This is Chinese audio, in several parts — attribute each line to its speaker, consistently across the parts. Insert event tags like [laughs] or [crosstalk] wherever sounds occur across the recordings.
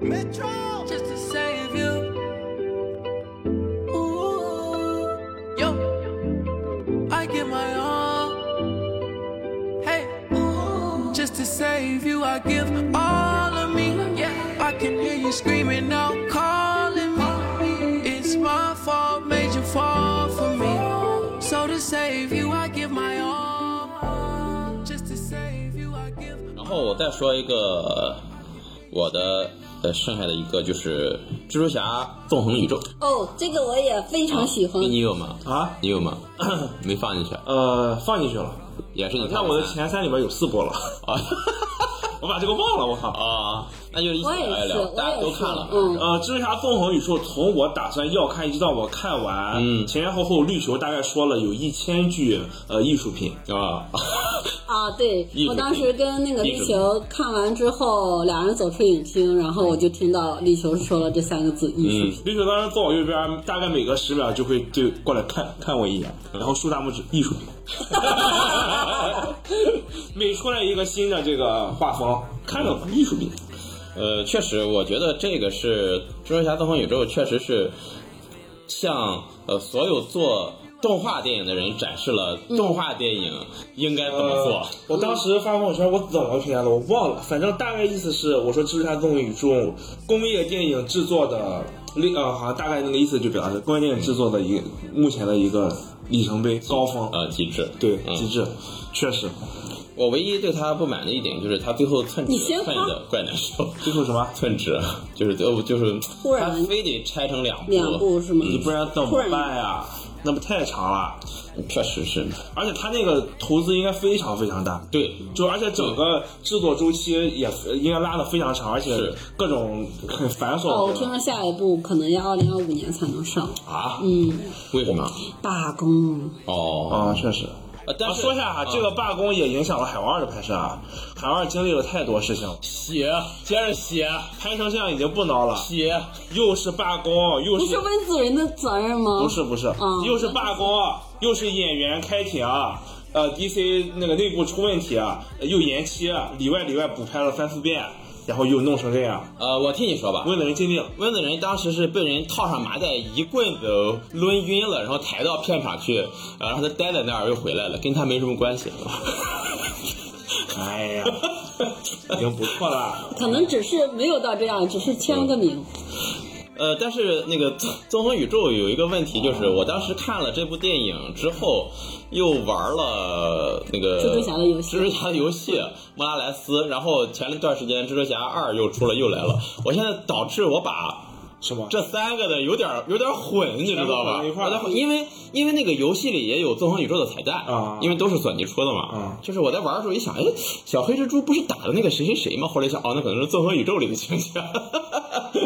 Speaker 1: Metro.
Speaker 2: just to save you. Ooh, yo, I give my all. Hey, ooh, just to save you, I give all of me. Yeah, I can hear you screaming out, calling me. It's my fault, made you fall for me. So to save you, I give my all. Just to save you, I give.
Speaker 3: 然后我再说一个呃我的呃剩下的一个就是蜘蛛侠纵横宇宙，
Speaker 4: 哦，这个我也非常喜欢。
Speaker 3: 你有吗？
Speaker 5: 啊，
Speaker 3: 你有
Speaker 5: [coughs]
Speaker 3: 吗？没放进去，啊
Speaker 5: 呃，放进去了。
Speaker 3: 也是你看
Speaker 5: 那我的前三里边有四 [laughs] 波了，
Speaker 3: 啊
Speaker 5: 我把这个忘了，我操。
Speaker 3: 啊，那就一起
Speaker 4: 我也
Speaker 3: 聊一
Speaker 4: 是，
Speaker 3: 聊，
Speaker 4: 我
Speaker 3: 大家
Speaker 4: 也
Speaker 3: 都
Speaker 4: 是
Speaker 3: 看了，
Speaker 4: 嗯，
Speaker 5: 呃，蜘蛛侠纵横宇宙从我打算要看一直到我看完，
Speaker 3: 嗯
Speaker 5: 前前后后绿球大概说了有一千句呃艺术品，
Speaker 3: 啊，
Speaker 4: 啊，对
Speaker 3: 艺术
Speaker 4: 我当时跟那个
Speaker 3: 艺
Speaker 4: 绿
Speaker 3: 术
Speaker 4: 球看完之后，俩人走出影厅，然后我就听到绿球说了这三个字“艺
Speaker 3: 嗯
Speaker 4: 术品
Speaker 5: [laughs] 绿球当时坐我右边，大概每隔十秒就会对过来看看我一眼，然后竖大拇指，艺术品。 [laughs] 每出来一个新的这个画风，看着艺术品。
Speaker 3: 呃，确实，我觉得这个是《蜘蛛侠：纵横宇宙》，确实是向呃所有做动画电影的人展示了动画电影应该怎么做。
Speaker 5: 呃我当时发朋友圈，我怎么评价的我忘了，反正大概意思是，我说《蜘蛛侠：纵横宇宙》工业电影制作的历呃，好像大概那个意思就表达是工业电影制作的一个目前的一个里程碑高峰。
Speaker 3: 呃，极致
Speaker 5: 对，
Speaker 3: 嗯
Speaker 5: 极致，确实。
Speaker 3: 我唯一对他不满的一点就是他最后寸
Speaker 4: 你
Speaker 3: 指
Speaker 4: 先
Speaker 3: 寸
Speaker 4: 夸
Speaker 3: 的怪难受，
Speaker 5: 最后什么？
Speaker 3: 寸指就是呃就是
Speaker 4: 突然
Speaker 3: 他非得拆成两”，部，
Speaker 4: 两部是吗？
Speaker 5: 你不然怎
Speaker 4: 突
Speaker 5: 么
Speaker 4: 然
Speaker 5: 办呀？那不太长了，
Speaker 3: 确实是
Speaker 5: 而且他那个投资应该非常非常大，
Speaker 3: 对
Speaker 5: 就而且整个制作周期也呃应该拉的非常长，而且
Speaker 3: 是
Speaker 5: 各种很 [laughs] 繁琐。
Speaker 4: 哦，我听说下一部可能要二零二五年才能上。
Speaker 3: 啊，
Speaker 4: 嗯，
Speaker 3: 为什么？
Speaker 4: 罢工，
Speaker 3: 哦，
Speaker 5: 啊，确实。
Speaker 3: 呃但
Speaker 5: 啊，
Speaker 3: 是
Speaker 5: 说一下哈，这个罢工也影响了海王二的拍摄啊。海王二经历了太多事情了，
Speaker 3: 写接着写
Speaker 5: 拍成这样已经不孬了，
Speaker 3: 写，
Speaker 5: 又是罢工，又
Speaker 4: 不
Speaker 5: 是
Speaker 4: 是温子仁的责任吗？
Speaker 5: 不是不是，
Speaker 4: 嗯
Speaker 5: 又是罢工，又是演员开庭，呃，DC 那个内部出问题，呃又延期，里外里外补拍了三四遍，然后又弄成这样，
Speaker 3: 呃，我替你说
Speaker 4: 嗯
Speaker 3: 吧，
Speaker 5: 为了人尽力。
Speaker 3: 温子仁当时是被人套上麻袋，一棍子抡晕了，然后抬到片场去，呃然后他待在那儿又回来了，跟他没什么关系。
Speaker 5: 哎
Speaker 3: [laughs]
Speaker 5: 呀，已经不错了。
Speaker 4: 可能只是没有到这样，只是签了个名。
Speaker 3: 呃，但是那个《纵横宇宙》有一个问题，就是我当时看了这部电影之后，又玩了那个
Speaker 4: 蜘蛛侠的游戏
Speaker 3: 蜘蛛侠的游戏莫拉莱斯，然后前一段时间《蜘蛛侠二》又出了，又来了。我现在导致我把
Speaker 5: 什么？
Speaker 3: 这三个的有点有点混，你知道吧？
Speaker 5: 混一块儿
Speaker 3: 我在混因为因为那个游戏里也有《纵横宇宙》的彩蛋
Speaker 5: 啊
Speaker 3: 因为都是索尼出的嘛。
Speaker 5: 啊
Speaker 3: 就是我在玩的时候一想，哎，小黑蜘蛛不是打的那个谁谁谁吗？后来一想，哦，那可能是《纵横宇宙》里的情节。 [laughs]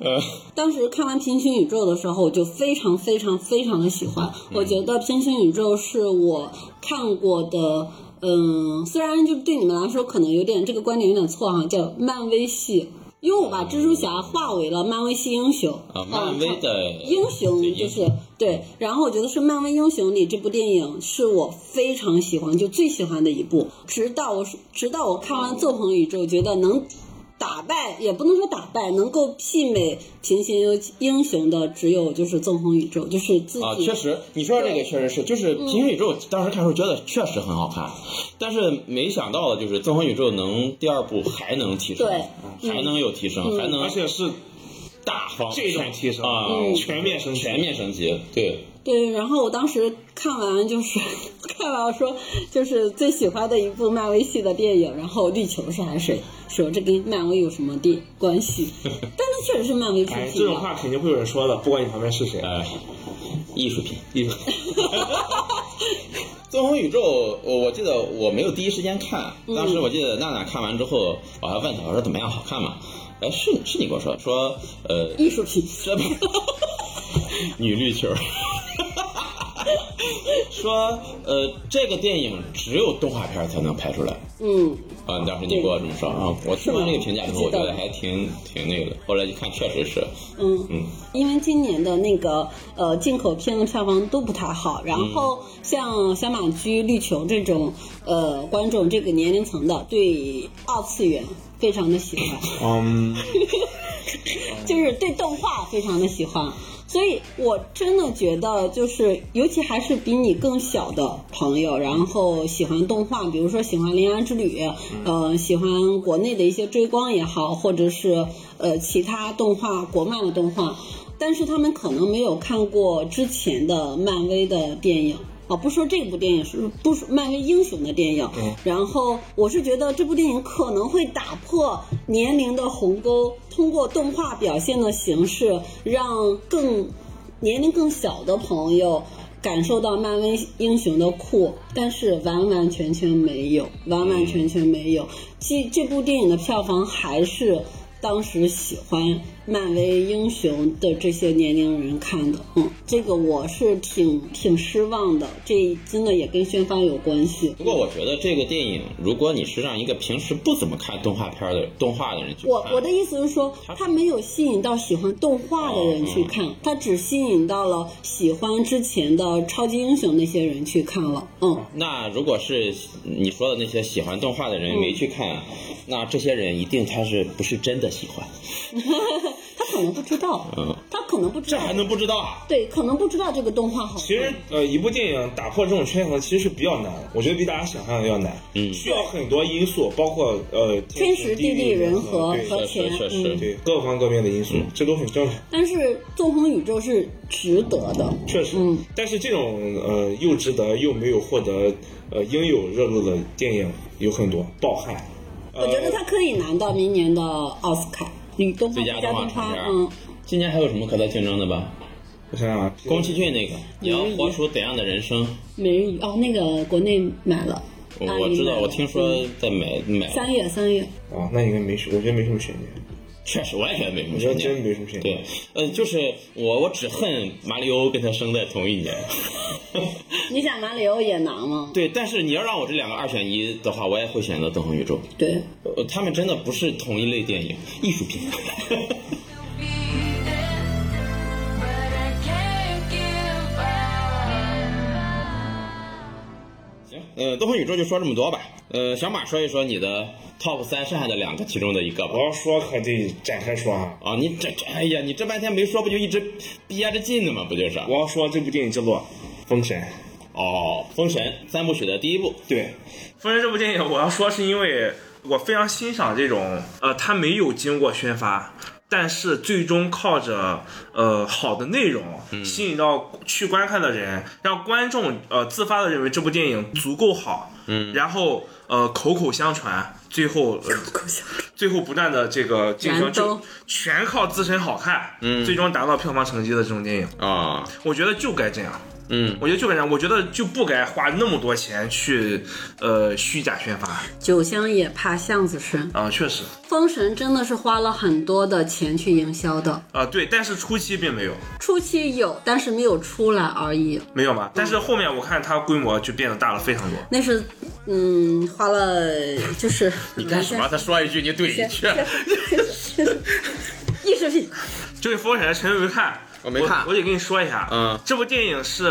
Speaker 3: 呃，
Speaker 4: 当时看完《平行宇宙》的时候，我就非常非常非常的喜欢。
Speaker 3: 嗯
Speaker 4: 我觉得《平行宇宙》是我看过的，嗯，虽然就对你们来说可能有点这个观点有点错哈，叫漫威系，因为我把蜘蛛侠化为了漫威系英雄
Speaker 3: 啊漫威的
Speaker 4: 嗯英雄就是对。然后我觉得是漫威英雄里这部电影是我非常喜欢，就最喜欢的一部。直到我是直到我看完《纵横宇宙》，觉得能打败，也不能说打败，能够媲美平行英英雄的只有就是《纵横宇宙》，就是自己。
Speaker 3: 啊，确实，你说的这个
Speaker 4: 对嗯
Speaker 3: 确实是，就是《平行宇宙》当时看的时候觉得确实很好看，但是没想到的就是《纵横宇宙》能第二部还能提升，啊
Speaker 4: 对嗯
Speaker 3: 还能有提升，还能
Speaker 5: 而且是
Speaker 3: 大方
Speaker 5: 这种提升
Speaker 3: 啊，
Speaker 4: 嗯
Speaker 5: 全面升级
Speaker 3: 全面升级，对，
Speaker 4: 对，然后我当时看完就是看完我说就是最喜欢的一部漫威系的电影，然后绿球是还是谁说这跟漫威有什么的关系？但那确实是漫威出
Speaker 5: 哎，这
Speaker 4: 品
Speaker 5: 种
Speaker 4: [laughs] 嘛。
Speaker 5: 话肯定会有人说的，不管你旁边是谁。啊
Speaker 3: 呃，艺术品。
Speaker 5: 艺术，
Speaker 3: 纵横宇宙，我我记得我没有第一时间看，当
Speaker 4: 嗯
Speaker 3: 时我记得娜娜看完之后，我还问她，我说怎么样，好看吗？哎，是是你跟我说说，呃，
Speaker 4: 艺术品，
Speaker 3: 这不 [laughs] 女绿
Speaker 4: [laughs]
Speaker 3: 球。说，呃，这个电影只有动画片才能拍出来
Speaker 4: 嗯，
Speaker 3: 啊！当时你给我这么说啊，我听完这个评价之后，我
Speaker 4: 是的
Speaker 3: 觉得还挺挺那个的。后来一看，确实是，
Speaker 4: 嗯
Speaker 3: 嗯，
Speaker 4: 因为今年的那个呃进口片的票房都不太好，然后像小马驹、绿球这种呃观众这个年龄层的，对二次元非常的喜欢。
Speaker 5: 嗯，
Speaker 4: 就是对动画非常的喜欢。所以我真的觉得，就是尤其还是比你更小的朋友，然后喜欢动画，比如说喜欢《铃芽之旅》，呃，喜欢国内的一些追光也好，或者是呃其他动画国漫的动画，但是他们可能没有看过之前的漫威的电影。哦，不说这部电影是不说漫威英雄的电影，然后我是觉得这部电影可能会打破年龄的鸿沟，通过动画表现的形式，让更年龄更小的朋友感受到漫威英雄的酷，但是完完全全没有，完完全全没有。这这部电影的票房还是当时喜欢漫威英雄的这些年龄人看的，嗯，这个我是挺挺失望的，这真的也跟宣发有关系。
Speaker 3: 不过我觉得这个电影，如果你是让一个平时不怎么看动画片的动画的人去看，
Speaker 4: 我我的意思是说，他没有吸引到喜欢动画的人
Speaker 3: 哦
Speaker 4: 去看，他只吸引到了喜欢之前的超级英雄那些人去看了。嗯，
Speaker 3: 那如果是你说的那些喜欢动画的人
Speaker 4: 嗯
Speaker 3: 没去看，那这些人一定他是不是真的喜欢？
Speaker 4: [laughs] 他可能不知道
Speaker 3: 嗯，
Speaker 4: 他可能不知
Speaker 3: 这
Speaker 4: 道
Speaker 3: 还，能不知道啊？
Speaker 4: 对，可能不知道这个动画好看。
Speaker 5: 其实，呃，一部电影打破这种圈层其实是比较难，我觉得比大家想象的要难，
Speaker 3: 嗯
Speaker 5: 需要很多因素，包括呃
Speaker 4: 天时地利人和
Speaker 5: 对
Speaker 4: 和嗯
Speaker 3: 确实
Speaker 4: 钱，
Speaker 3: 确实
Speaker 4: 嗯。
Speaker 5: 对各方各面的因素，这都很正常。
Speaker 4: 但是纵横宇宙是值得的，
Speaker 5: 确实，
Speaker 4: 嗯
Speaker 5: 但是这种呃又值得又没有获得呃应有热度的电影有很多，暴汗。呃
Speaker 4: 我
Speaker 3: 呃
Speaker 4: 觉得他可以拿到明年的奥斯卡女动画
Speaker 3: 最
Speaker 4: 最
Speaker 3: 佳
Speaker 4: 佳
Speaker 3: 动画
Speaker 4: 动
Speaker 3: 长
Speaker 4: 画
Speaker 3: 片。，
Speaker 4: 嗯，
Speaker 3: 今年还有什么可他竞争的吧？
Speaker 5: 我想想啊，
Speaker 3: 宫崎骏那个，你要
Speaker 4: 嗯
Speaker 3: 活出怎样的人生？
Speaker 4: 美人鱼哦，那个国内买了，
Speaker 3: 我
Speaker 4: 阿
Speaker 3: 我
Speaker 4: 姨
Speaker 3: 知道，
Speaker 4: 买了
Speaker 3: 我听说在买买
Speaker 4: 嗯，三月三月，
Speaker 5: 啊，那应该没什，我觉得没什么悬念，
Speaker 3: 确实我也觉得没什
Speaker 5: 我
Speaker 3: 么
Speaker 5: 觉得
Speaker 3: 悬
Speaker 5: 真
Speaker 3: 念。
Speaker 5: 没什么悬念
Speaker 3: 对。，呃，就是我，我只恨马里欧跟他生在同一年。
Speaker 4: 你想马里奥也拿吗？
Speaker 3: 对，但是你要让我这两个二选一的话，我也会选择《纵横宇宙》。
Speaker 4: 对，
Speaker 3: 呃，他们真的不是同一类电影，艺术品。 [laughs]
Speaker 1: But I can't give up.
Speaker 3: 行，呃，《纵横宇宙》就说这么多吧。呃，小马说一说你的 top 三剩下的两个其中的一个吧
Speaker 5: 我。要说可得展开说啊，
Speaker 3: 啊，你这这，哎呀，你这半天没说，不就一直憋着劲呢吗？不就是？啊
Speaker 5: 我要说这部电影叫做《封神》。
Speaker 3: 哦，《封神》三部曲的第一部，
Speaker 5: 对，《封神》这部电影，我要说是因为我非常欣赏这种，呃，它没有经过宣发，但是最终靠着呃好的内容吸引到去观看的人，让观众呃自发的认为这部电影足够好，嗯，然后呃口口相传，最后、呃、最后不断的这个进行
Speaker 4: 燃
Speaker 5: 就
Speaker 4: 灯
Speaker 5: 全靠自身好看，嗯，最终达到票房成绩的这种电影，
Speaker 3: 啊，
Speaker 5: 我觉得就该这样。
Speaker 3: 嗯，
Speaker 5: 我觉得就该这样，我觉得就不该花那么多钱去呃虚假宣发
Speaker 4: 酒香也怕巷子深，
Speaker 5: 啊、确实
Speaker 4: 封神真的是花了很多的钱去营销的，
Speaker 5: 啊、对，但是初期并没有
Speaker 4: 初期有，但是没有出来而已。
Speaker 5: 没有
Speaker 3: 嗯
Speaker 5: 嘛，但是后面我看它规模就变得大了非常多。
Speaker 4: 那是，嗯，花了就是
Speaker 3: 你干什么？他说一句，你啊怼一句。
Speaker 4: [laughs] 艺术品，
Speaker 5: 就是《封神》，陈伟没看，
Speaker 3: 我没看
Speaker 5: 我，得跟你说一下，
Speaker 3: 嗯，
Speaker 5: 这部电影是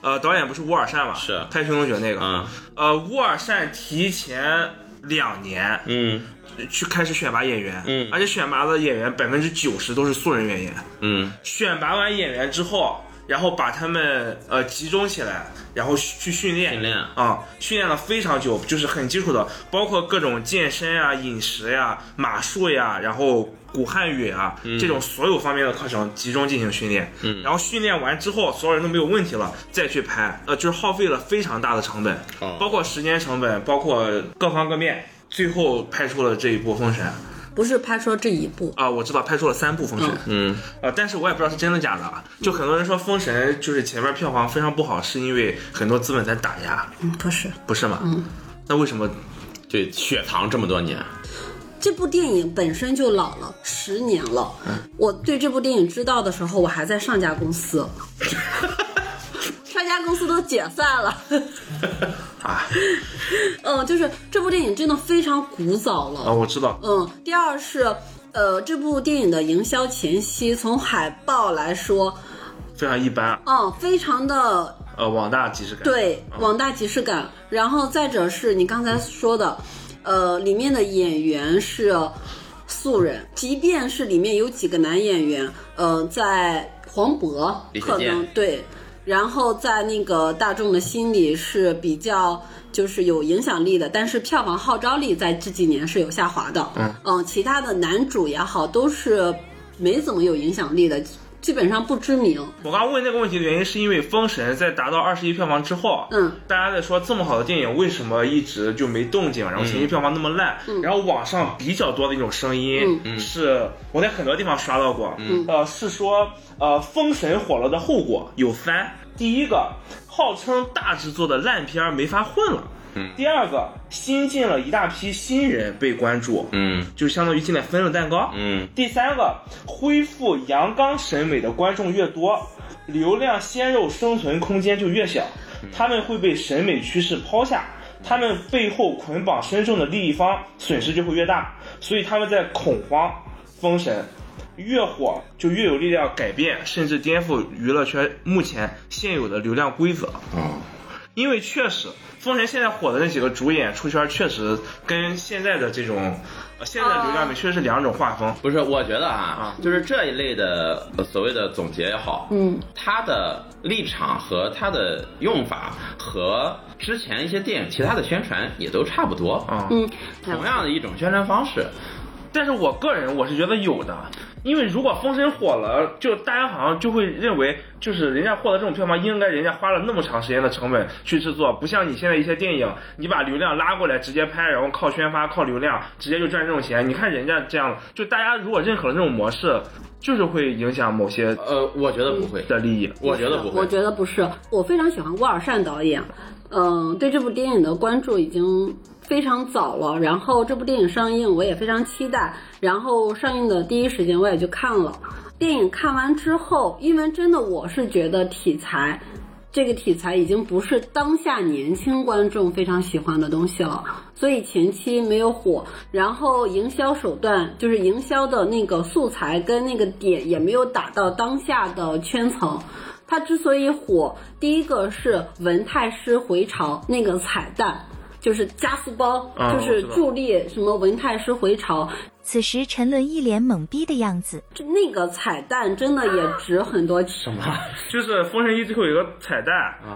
Speaker 5: 呃导演不是乌尔善嘛，
Speaker 3: 是
Speaker 5: 《太平同学》那个，
Speaker 3: 嗯
Speaker 5: 呃乌尔善提前两年
Speaker 3: [laughs] 嗯
Speaker 5: 去开始选拔演员，
Speaker 3: 嗯
Speaker 5: 而且选拔的演员百分之九十都是素人演员，
Speaker 3: 嗯
Speaker 5: 选拔完演员之后，然后把他们呃集中起来，然后去训练，
Speaker 3: 训练
Speaker 5: 啊、训练了非常久，就是很基础的，包括各种健身啊、饮食呀、马术呀、然后古汉语啊、
Speaker 3: 嗯
Speaker 5: 这种所有方面的课程集中进行训练。嗯，然后训练完之后，所有人都没有问题了，再去拍，呃，就是耗费了非常大的成本，
Speaker 3: 哦
Speaker 5: 包括时间成本，包括各方各面，最后拍出了这一部《封神》啊、
Speaker 4: 不是拍说这一部，
Speaker 5: 我知道拍出了三部《封神》
Speaker 4: 嗯
Speaker 3: 嗯，
Speaker 5: 呃，但是我也不知道是真的假的啊。就很多人说《封神》就是前面票房非常不好，是因为很多资本在打压，
Speaker 4: 嗯，不是。
Speaker 5: 不是吗？嗯。那为什么？
Speaker 3: 对，雪藏这么多年，
Speaker 4: 这部电影本身就老了，十年了。我对这部电影知道的时候，我还在上家公司，上家公司都解散了。 [laughs]
Speaker 5: 啊
Speaker 4: 嗯，就是这部电影真的非常古早了。
Speaker 5: 啊，我知道，
Speaker 4: 嗯，第二是，呃，这部电影的营销前期，从海报来说，
Speaker 5: 非常一般。
Speaker 4: 嗯，非常的
Speaker 5: 呃，网大即视感。嗯
Speaker 4: 对，
Speaker 6: 嗯
Speaker 4: 网大即视感。然后再者是你刚才说的，呃，里面的演员是。素人，即便是里面有几个男演员，呃，在黄渤
Speaker 6: 李雪
Speaker 4: 可
Speaker 6: 健
Speaker 4: 能对，然后在那个大众的心里是比较就是有影响力的，但是票房号召力在这几年是有下滑的。嗯其他的男主也好，都是没怎么有影响力的，基本上不知名。
Speaker 5: 我刚问这个问题的原因，是因为《封神》在达到二十亿票房之后，啊
Speaker 4: 嗯，
Speaker 5: 大家在说这么好的电影为什么一直就没动静，然后前期票房那么烂，然后网上比较多的一种声音，是我在很多地方刷到过，呃，是说呃《封神》火了的后果有三，第一个，号称大制作的烂片儿没法混了。第二个，新进了一大批新人被关注，
Speaker 3: 嗯
Speaker 5: 就相当于进来分了蛋糕。
Speaker 3: 嗯
Speaker 5: 第三个，恢复阳刚审美的观众越多，流量鲜肉生存空间就越小，
Speaker 3: 嗯
Speaker 5: 他们会被审美趋势抛下，他们背后捆绑深重的利益方损失就会越大，所以他们在恐慌封神。越火就越有力量改变，甚至颠覆娱乐圈目前现有的流量规则。
Speaker 4: 嗯
Speaker 3: 啊，
Speaker 5: 因为确实，封神现在火的那几个主演出圈，确实跟现在的这种、呃现在的流量美确实是两种画风。
Speaker 3: 不是，我觉得啊
Speaker 5: 啊，
Speaker 3: 就是这一类的呃所谓的总结也好，
Speaker 4: 嗯，
Speaker 3: 它的立场和它的用法和之前一些电影其他的宣传也都差不多，
Speaker 5: 啊
Speaker 4: 嗯，
Speaker 3: 同样的一种宣传方式，
Speaker 5: 但是我个人我是觉得有的，因为如果《封神》火了，就大家好像就会认为，就是人家获得这种票房，应该人家花了那么长时间的成本去制作，不像你现在一些电影，你把流量拉过来直接拍，然后靠宣发、靠流量直接就赚这种钱。你看人家这样，就大家如果认可了这种模式，就是会影响某些
Speaker 3: 呃，我觉得不会，
Speaker 5: 的利益。
Speaker 3: 我觉得不
Speaker 4: 我
Speaker 3: 会，
Speaker 4: 觉得不是，我非常喜欢沃尔善导演，嗯、对这部电影的关注已经非常早了。然后这部电影上映，我也非常期待。然后上映的第一时间我也去看了。电影看完之后，因为真的我是觉得题材。这个题材已经不是当下年轻观众非常喜欢的东西了，所以前期没有火，然后营销手段就是营销的那个素材跟那个点也没有打到当下的圈层。它之所以火，第一个是文太师回朝那个彩蛋，就是加速包，
Speaker 5: 啊
Speaker 4: 就是
Speaker 5: 我知道
Speaker 4: 助力什么文太师回朝，
Speaker 7: 此时陈伦一脸懵逼的样子。
Speaker 4: 这那个彩蛋真的也值很多钱。
Speaker 5: 就是《封神一》最后有个彩蛋，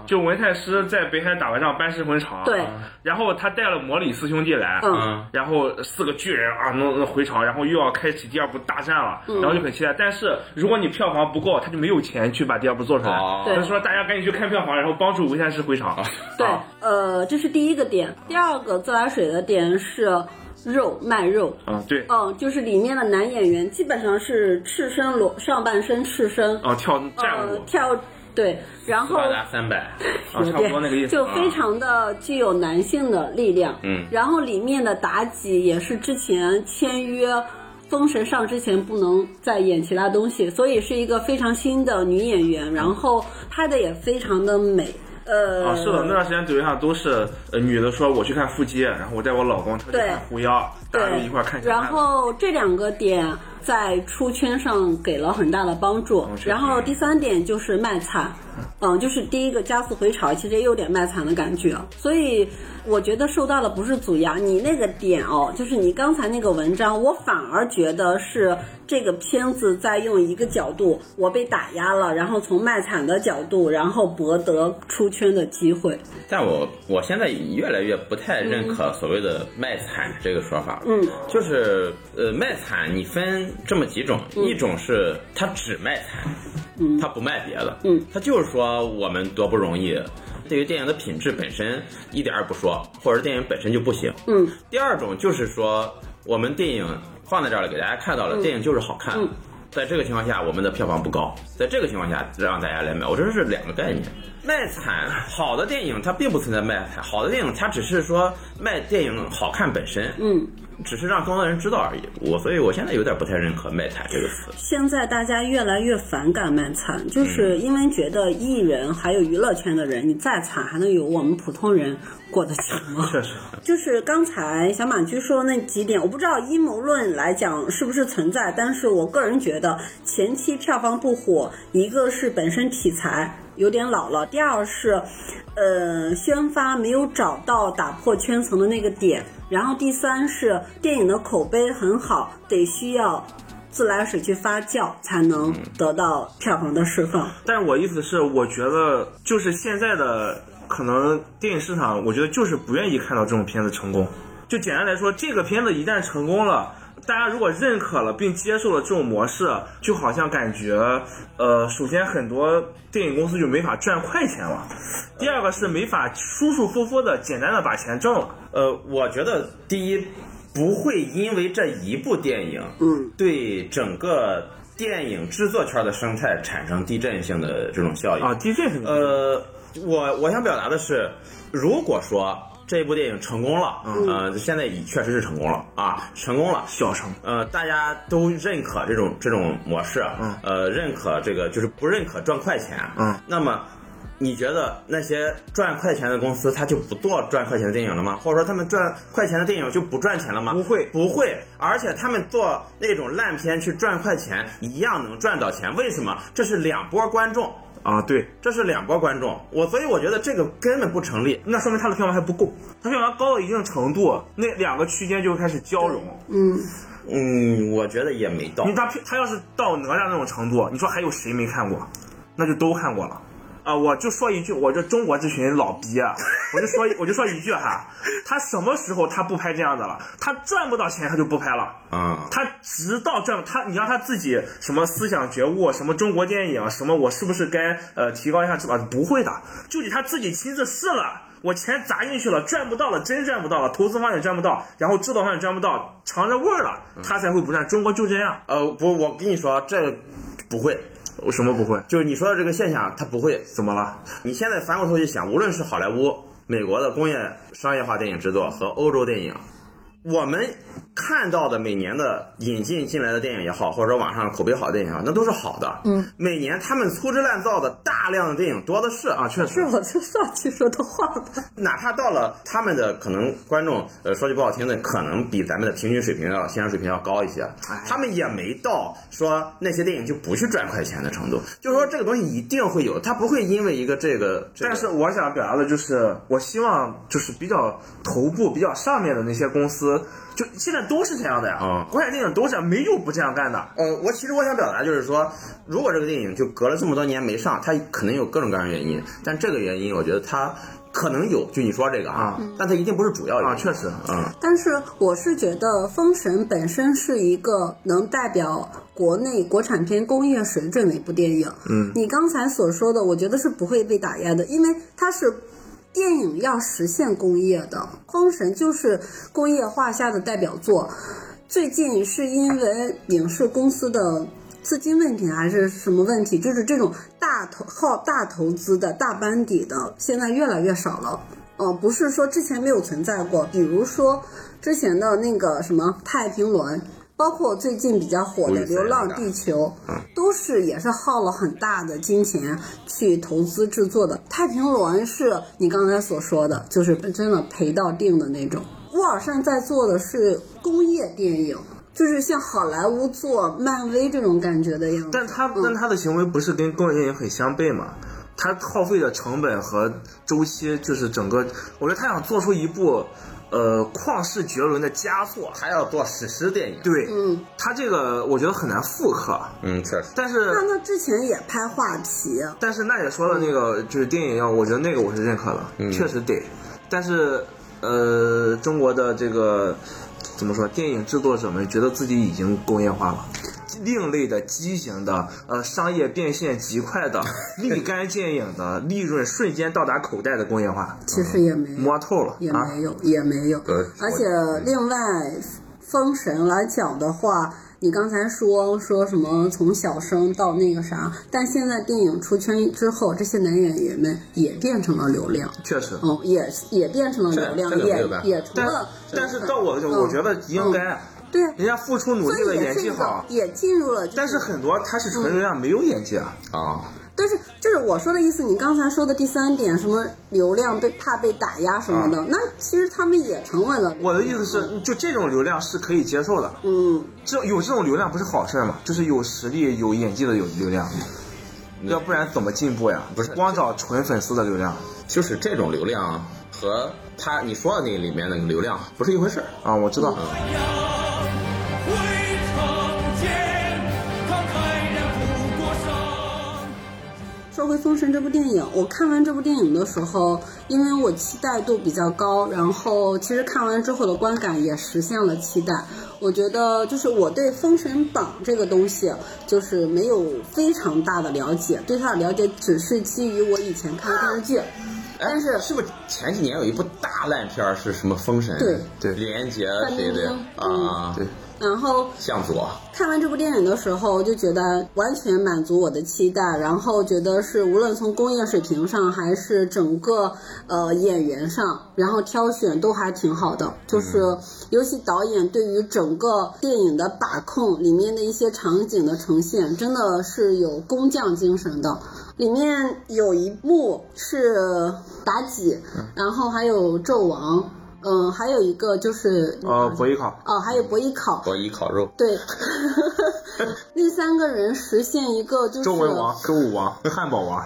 Speaker 5: 就文太师在北海打完仗班师回朝，
Speaker 4: 对，
Speaker 5: 然后他带了魔礼四兄弟来，
Speaker 4: 嗯
Speaker 5: 然后四个巨人啊弄弄回朝，然后又要开启第二部大战了，
Speaker 4: 嗯
Speaker 5: 然后就很期待。但是如果你票房不够，他就没有钱去把第二部做出来，
Speaker 3: 哦
Speaker 5: 所以说大家赶紧去看票房，然后帮助文太师回朝。
Speaker 4: 对
Speaker 5: 啊，
Speaker 4: 呃，这是第一个点。第二个自来水的点是肉卖肉，
Speaker 5: 啊对，
Speaker 4: 嗯，就是里面的男演员基本上是赤身裸，上半身赤身，
Speaker 5: 啊跳战
Speaker 4: 呃
Speaker 5: 舞，
Speaker 4: 跳对，然后
Speaker 3: 八达三百，
Speaker 5: 啊差不多那个意思，
Speaker 4: 呃就
Speaker 5: 啊
Speaker 4: 非常的具有男性的力量。
Speaker 3: 嗯
Speaker 4: 然后里面的妲己也是之前签约。封神上之前不能再演其他东西，所以是一个非常新的女演员，然后拍的也非常的美，呃，
Speaker 5: 啊，是的，那段时间抖音上都是呃女的说我去看腹肌，然后我带我老公他去
Speaker 4: 对
Speaker 5: 看狐妖，大家就
Speaker 4: 对，
Speaker 5: 一块儿看小
Speaker 4: 然
Speaker 5: 汉子
Speaker 4: 后这两个点在出圈上给了很大的帮助。
Speaker 5: 哦确实
Speaker 4: 然后第三点就是卖惨，嗯，就是第一个加速回潮，其实也有点卖惨的感觉。啊所以我觉得受到的不是阻压，你那个点哦，就是你刚才那个文章，我反而觉得是这个片子在用一个角度，我被打压了，然后从卖惨的角度，然后博得出圈的机会。
Speaker 3: 但我我现在越来越不太认可所谓的卖惨这个说法了。
Speaker 4: 嗯，
Speaker 3: 就是呃卖惨，你分这么几种，
Speaker 4: 嗯
Speaker 3: 一种是他只卖惨，嗯，他不卖别的，
Speaker 4: 嗯，
Speaker 3: 他就是说我们多不容易。对于电影的品质本身一点儿也不说，或者电影本身就不行。
Speaker 4: 嗯，
Speaker 3: 第二种就是说，我们电影放在这儿了，给大家看到了，电影就是好看。
Speaker 4: 嗯
Speaker 3: 在这个情况下，我们的票房不高，在这个情况下让大家来买，我觉得是两个概念。卖惨，好的电影它并不存在卖惨，好的电影它只是说卖电影好看本身，
Speaker 4: 嗯。
Speaker 3: 只是让更多人知道而已。我所以，我现在有点不太认可“卖惨”这个词。
Speaker 4: 现在大家越来越反感卖惨，就是因为觉得艺人还有娱乐圈的人，你再惨还能有我们普通人过得去吗？
Speaker 5: 确实。
Speaker 4: 就是刚才小马驹说的那几点，我不知道阴谋论来讲是不是存在，但是我个人觉得前期票房不火，一个是本身题材。有点老了；第二是，呃，宣发没有找到打破圈层的那个点；然后第三是电影的口碑很好，得需要自来水去发酵才能得到票房的释放。
Speaker 5: 但我意思是，我觉得就是现在的可能电影市场，我觉得就是不愿意看到这种片子成功。就简单来说，这个片子一旦成功了。大家如果认可了并接受了这种模式，就好像感觉，呃，首先很多电影公司就没法赚快钱了，第二个是没法舒舒服服的简单的把钱挣了。
Speaker 3: 呃，我觉得第一不会因为这一部电影，
Speaker 4: 嗯，
Speaker 3: 对整个电影制作圈的生态产生地震性的这种效应
Speaker 5: 啊，地震很多
Speaker 3: 呃，我我想表达的是，如果说这部电影成功了，呃，现在已确实是成功了啊，成功了，
Speaker 5: 小成
Speaker 3: 呃，大家都认可这种这种模式，
Speaker 5: 嗯
Speaker 3: 呃，认可这个就是不认可赚快钱，啊
Speaker 5: 嗯，
Speaker 3: 那么。你觉得那些赚快钱的公司，他就不做赚快钱的电影了吗？或者说他们赚快钱的电影就不赚钱了吗？
Speaker 5: 不会
Speaker 3: 不会，而且他们做那种烂片去赚快钱，一样能赚到钱。为什么？这是两波观众，
Speaker 5: 啊，对，
Speaker 3: 这是两波观众，我所以我觉得这个根本不成立。
Speaker 5: 那说明它的票房还不够，它票房高到一定程度，那两个区间就开始交融。
Speaker 4: 嗯，
Speaker 3: 嗯，我觉得也没到
Speaker 5: 你。他他要是到哪吒那种程度，你说还有谁没看过？那就都看过了。啊，我就说一句，我这中国这群老逼啊，我就说一我就说一句哈，他什么时候他不拍这样的了？他赚不到钱他就不拍了。
Speaker 3: 啊、
Speaker 5: 他直到这样，他你让他自己什么思想觉悟，什么中国电影，什么我是不是该呃提高一下质保？不会的，就得他自己亲自试了。我钱砸进去了，赚不到了，真赚不到了，投资方也赚不到，然后制造方也赚不到，尝着味儿了，他才会不赚。中国就这样，
Speaker 3: 呃，不，我跟你说，这个不会。
Speaker 5: 我什么不会？
Speaker 3: 就是你说的这个现象，啊它不会。
Speaker 5: 怎么了？
Speaker 3: 你现在翻过头去想，无论是好莱坞、美国的工业商业化电影制作和欧洲电影，我们看到的每年的引进进来的电影也好，或者说网上口碑好的电影也好，那都是好的。嗯，每年他们粗制滥造的大量的电影多的是啊，确实
Speaker 4: 是 [laughs] 我这上期说的话吧？
Speaker 3: 哪怕到了他们的可能观众，呃，说句不好听的，可能比咱们的平均水平要欣赏水平要高一些，
Speaker 5: 哎
Speaker 3: 他们也没到说那些电影就不去赚快钱的程度，就是说这个东西一定会有，它不会因为一个这个，这个
Speaker 5: 但是我想表达的就是，我希望就是比较头部、比较上面的那些公司，就现在都是这样的呀。
Speaker 3: 嗯
Speaker 5: 国产电影都是这样，没有不这样干的。
Speaker 3: 呃，我其实我想表达就是说，如果这个电影就隔了这么多年没上，它可能有各种各样的原因，但这个原因我觉得它可能有，就你说这个啊，但它一定不是主要原因
Speaker 5: 啊，确实，
Speaker 3: 嗯，
Speaker 4: 但是我是觉得《封神》本身是一个能代表国内国产片工业水准的一部电影。嗯，你刚才所说的，我觉得是不会被打压的，因为它是。电影要实现工业的，《封神》就是工业化下的代表作。最近是因为影视公司的资金问题还是什么问题？就是这种大投靠大投资的大班底的，现在越来越少了。呃，不是说之前没有存在过，比如说之前的那个什么《太平轮》，包括最近比较火的
Speaker 3: 吴宇
Speaker 4: 《
Speaker 3: 森
Speaker 4: 流浪
Speaker 3: 那个
Speaker 4: 地球》，都是也是耗了很大的金钱去投资制作的。《太平轮》是你刚才所说的，就是真的赔到定的那种。沃尔善在做的是工业电影，就是像好莱坞做漫威这种感觉的样子。
Speaker 5: 但他
Speaker 4: 嗯
Speaker 5: 但他的行为不是跟工业电影很相悖吗？他耗费的成本和周期，就是整个，我觉得他想做出一部，呃，旷世绝伦的佳作。
Speaker 3: 还要做史诗电影，
Speaker 5: 对，
Speaker 4: 嗯
Speaker 5: 他这个我觉得很难复刻。
Speaker 3: 嗯，确实，
Speaker 5: 但是
Speaker 4: 那他之前也拍画皮，
Speaker 5: 但是娜姐说的那个
Speaker 4: 嗯
Speaker 5: 就是电影要，我觉得那个我是认可的，确实得。但是呃，中国的这个怎么说，电影制作者们觉得自己已经工业化了。另类的、畸形的、呃，商业变现极快
Speaker 4: [laughs]
Speaker 5: 的、立竿见影的、利润瞬间到达口袋的工业化，
Speaker 4: 其实也没有
Speaker 5: 摸透了
Speaker 4: 也
Speaker 5: 啊
Speaker 4: 没！有，也没有。
Speaker 3: 呃
Speaker 4: 而
Speaker 3: 我
Speaker 4: 且另外，封神来讲的话，你刚才说说什么从小生到那个啥，但现在电影出圈之后，这些男演员们也变成了流量，
Speaker 5: 确实，
Speaker 4: 嗯，也也变成了流量，
Speaker 3: 这这个没有办法
Speaker 4: 也也成
Speaker 5: 但
Speaker 4: 了。
Speaker 5: 但是到我，
Speaker 4: 嗯
Speaker 5: 我觉得应该，
Speaker 4: 对，
Speaker 5: 人家付出努
Speaker 4: 所
Speaker 5: 力了，
Speaker 4: 以也
Speaker 5: 演
Speaker 4: 是一
Speaker 5: 技
Speaker 4: 个
Speaker 5: 好，
Speaker 4: 也进入了，
Speaker 5: 但是很多他是纯流量，没有演技啊。
Speaker 3: 啊，
Speaker 4: 但是就是我说的意思，你刚才说的第三点，什么流量被怕被打压什么的，
Speaker 3: 啊
Speaker 4: 那其实他们也成为了。
Speaker 5: 我的意思是，就这种流量是可以接受的，
Speaker 4: 嗯，
Speaker 5: 这有这种流量不是好事儿吗？就是有实力、有演技的有流量，
Speaker 8: 要不然怎么进步呀？
Speaker 3: 不是
Speaker 8: 光找纯粉丝的流量
Speaker 4: 嗯
Speaker 3: 就是这种流量和他你说的那里面那个流量不是一回事儿。嗯
Speaker 8: 啊！我知道，
Speaker 2: 未曾见，慷慨然不过伤。
Speaker 4: 说回《封神》这部电影，我看完这部电影的时候，因为我期待度比较高，然后其实看完之后的观感也实现了期待。我觉得就是我对《封神榜》这个东西就是没有非常大的了解，对它的了解只是基于我以前看的电视剧。
Speaker 3: 但是是不是前几年有一部大烂片儿是什么《封神》？
Speaker 4: 对
Speaker 8: 对
Speaker 3: 李连杰
Speaker 4: 范
Speaker 3: 谁
Speaker 4: 冰
Speaker 3: 的
Speaker 4: 冰嗯
Speaker 3: 啊？
Speaker 8: 对，
Speaker 4: 然后
Speaker 3: 向佐。
Speaker 4: 看完这部电影的时候，我就觉得完全满足我的期待，然后觉得是无论从工业水平上，还是整个呃演员上，然后挑选都还挺好的。就是、尤其导演对于整个电影的把控，里面的一些场景的呈现，真的是有工匠精神的。里面有一幕是妲己，然后还有纣王，嗯、还有一个就是
Speaker 8: 呃，博弈考
Speaker 4: 哦，还有伯邑考，
Speaker 3: 我一烤肉，
Speaker 4: 对， [laughs] 那三个人实现一个就是
Speaker 8: 周文王、周武王、汉堡王，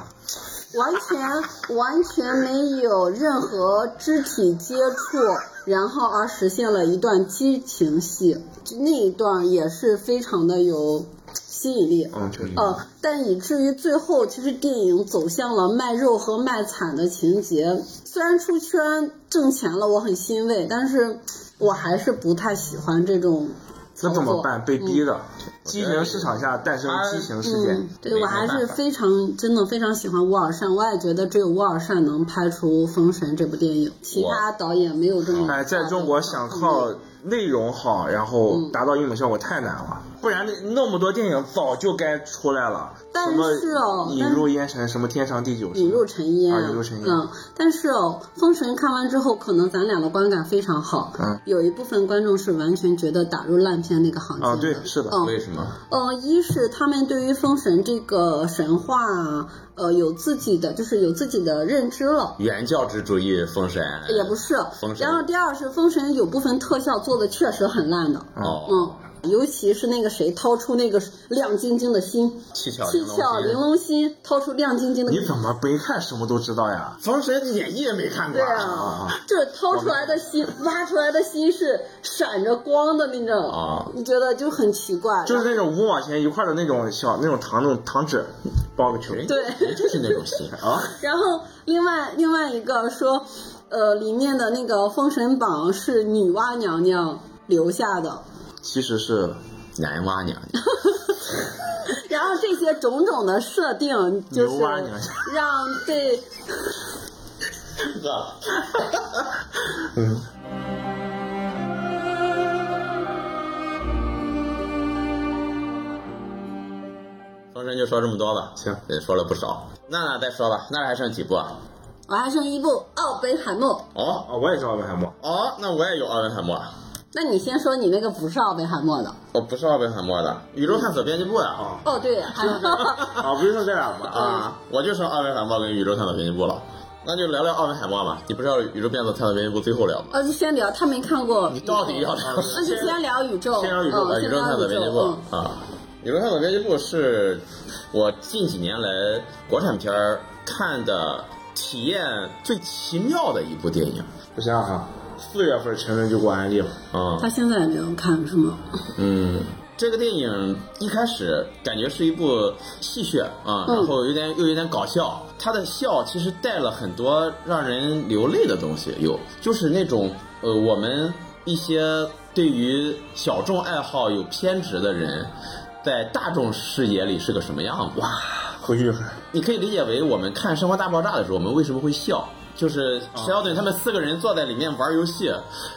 Speaker 4: 完全完全没有任何肢体接触，然后而实现了一段激情戏，就那一段也是非常的有吸引力。
Speaker 8: 嗯，对，
Speaker 4: 呃，但以至于最后，其实电影走向了卖肉和卖惨的情节。虽然出圈挣钱了，我很欣慰，但是我还是不太喜欢这种操作。
Speaker 8: 那怎么办？被逼的，畸
Speaker 3: 我觉得
Speaker 8: 形市场下诞生
Speaker 3: 他
Speaker 8: 畸形事件
Speaker 4: 嗯。，对我还是非常真的非常喜欢乌尔善，我也觉得只有乌尔善能拍出《封神》这部电影，其他导演没有这么。
Speaker 8: 哎，在中国想靠内容好，然后
Speaker 4: 嗯
Speaker 8: 达到一种效果太难了，不然那那么多电影早就该出来了。
Speaker 4: 但
Speaker 8: 什么
Speaker 4: 是哦
Speaker 8: 引入烟尘，什么天长地久，
Speaker 4: 引入尘烟，
Speaker 8: 啊引入尘烟
Speaker 4: 嗯，但是哦，《封神》看完之后，可能咱俩的观感非常好。
Speaker 8: 嗯，
Speaker 4: 有一部分观众是完全觉得打入烂片那个行列
Speaker 8: 啊，对，是的，
Speaker 4: 嗯，
Speaker 3: 为什么？
Speaker 4: 呃，一是他们对于封神这个神话啊，呃，有自己的就是有自己的认知了。
Speaker 3: 原教旨主义封神
Speaker 4: 也不是
Speaker 3: 封。神
Speaker 4: 然后第二是《封神》有部分特效做的确实很烂的，
Speaker 3: 哦，
Speaker 4: 嗯，尤其是那个谁掏出那个亮晶晶的心，
Speaker 3: 七巧
Speaker 4: 七巧玲珑心掏出亮晶晶的，
Speaker 8: 你怎么没看什么都知道呀？
Speaker 3: 封神演义》也没看
Speaker 4: 对
Speaker 3: 过
Speaker 4: 啊，这掏出来的心，挖出来的心是闪着光的那种，
Speaker 3: 啊
Speaker 4: 你觉得就很奇怪，
Speaker 8: 就是那种五毛钱一块的那种小那种糖那种糖纸包个球
Speaker 3: 人
Speaker 4: 对
Speaker 3: 人就是那种戏啊，
Speaker 4: 然后另外另外一个说，呃，里面的那个《封神榜》是女娲娘娘留下的，
Speaker 8: [laughs] 其实是
Speaker 3: 男娲娘娘，
Speaker 4: 然后这些种种的设定，就是
Speaker 8: 牛蛙娘
Speaker 4: 让对
Speaker 3: 封神就说这么多吧。
Speaker 8: 行
Speaker 3: 也说了不少。娜娜再说吧，娜娜还剩几部啊？
Speaker 4: 我还剩一部《奥本海默》，
Speaker 3: 哦
Speaker 8: 啊，我也知道文海默，
Speaker 3: 哦，那我也有奥本海默啊，
Speaker 4: 那你先说你那个不是奥本海默的
Speaker 3: 我不是奥本海默的，宇宙探索编辑部的啊
Speaker 4: 哦，对，还有
Speaker 3: [laughs]
Speaker 8: 啊，不是说这俩吗？
Speaker 3: 啊，我就剩奥本海默跟宇宙探索编辑部了。那就聊聊奥本海默嘛，你不是要宇宙变索探索编辑部最后聊吗？
Speaker 4: 呃，就先聊他没看过，
Speaker 3: 你到底要聊
Speaker 4: 那就先聊宇宙，
Speaker 8: 先聊宇宙
Speaker 4: 嗯
Speaker 3: 啊，宇
Speaker 4: 先
Speaker 3: 宙探索
Speaker 4: 聊宇
Speaker 3: 编辑部
Speaker 4: 嗯
Speaker 3: 啊，宇宙探索编辑部是我近几年来国产片儿看的体验最奇妙的一部电影
Speaker 8: 我想想哈，四月份陈伦就给我安利了，
Speaker 3: 啊。
Speaker 4: 嗯他现在也没有看是吗？
Speaker 3: 嗯，这个电影一开始感觉是一部戏谑啊，然后有点又有点搞笑，他的笑其实带了很多让人流泪的东西，有就是那种呃我们一些对于小众爱好有偏执的人。在大众视野里是个什么样子？
Speaker 8: 回去就看。
Speaker 3: 你可以理解为我们看《生活大爆炸》的时候，我们为什么会笑？就是陈小顿他们四个人坐在里面玩游戏，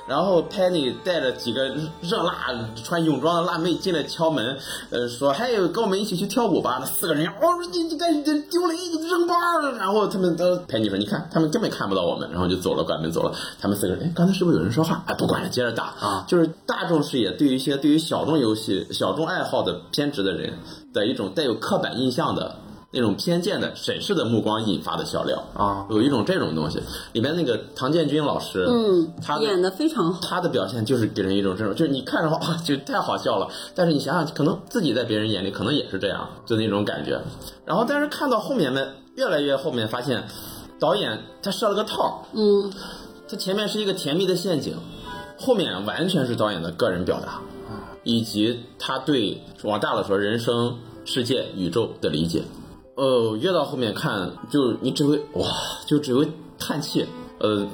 Speaker 3: 然后 Penny 带着几个热辣穿泳装的辣妹进来敲门，呃，说：“嘿，跟我们一起去跳舞吧。”那四个人，哦，你你该你丢雷，你扔包儿。然后他们都 Penny 说：“你看，他们根本看不到我们。”然后就走了，关门走了。他们四个人，哎，刚才是不是有人说话？哎，不管了，接着打。
Speaker 8: 啊
Speaker 3: 就是大众视野对于一些对于小众游戏、小众爱好的偏执的人的一种带有刻板印象的那种偏见的审视的目光引发的笑料
Speaker 8: 啊
Speaker 3: 有一种这种东西。里面那个唐建军老师，
Speaker 4: 嗯
Speaker 3: 他，
Speaker 4: 演的非常好。
Speaker 3: 他的表现就是给人一种这种，就是你看着啊，就太好 [laughs] 笑了，但是你想想，可能自己在别人眼里可能也是这样，就那种感觉。然后，但是看到后面呢，越来越后面发现，导演他设了个套儿，
Speaker 4: 嗯，
Speaker 3: 他前面是一个甜蜜的陷阱，后面完全是导演的个人表达，以及他对往大了说人生、世界、宇宙的理解。呃，越到后面看，就你只会哇，就只会叹气。呃，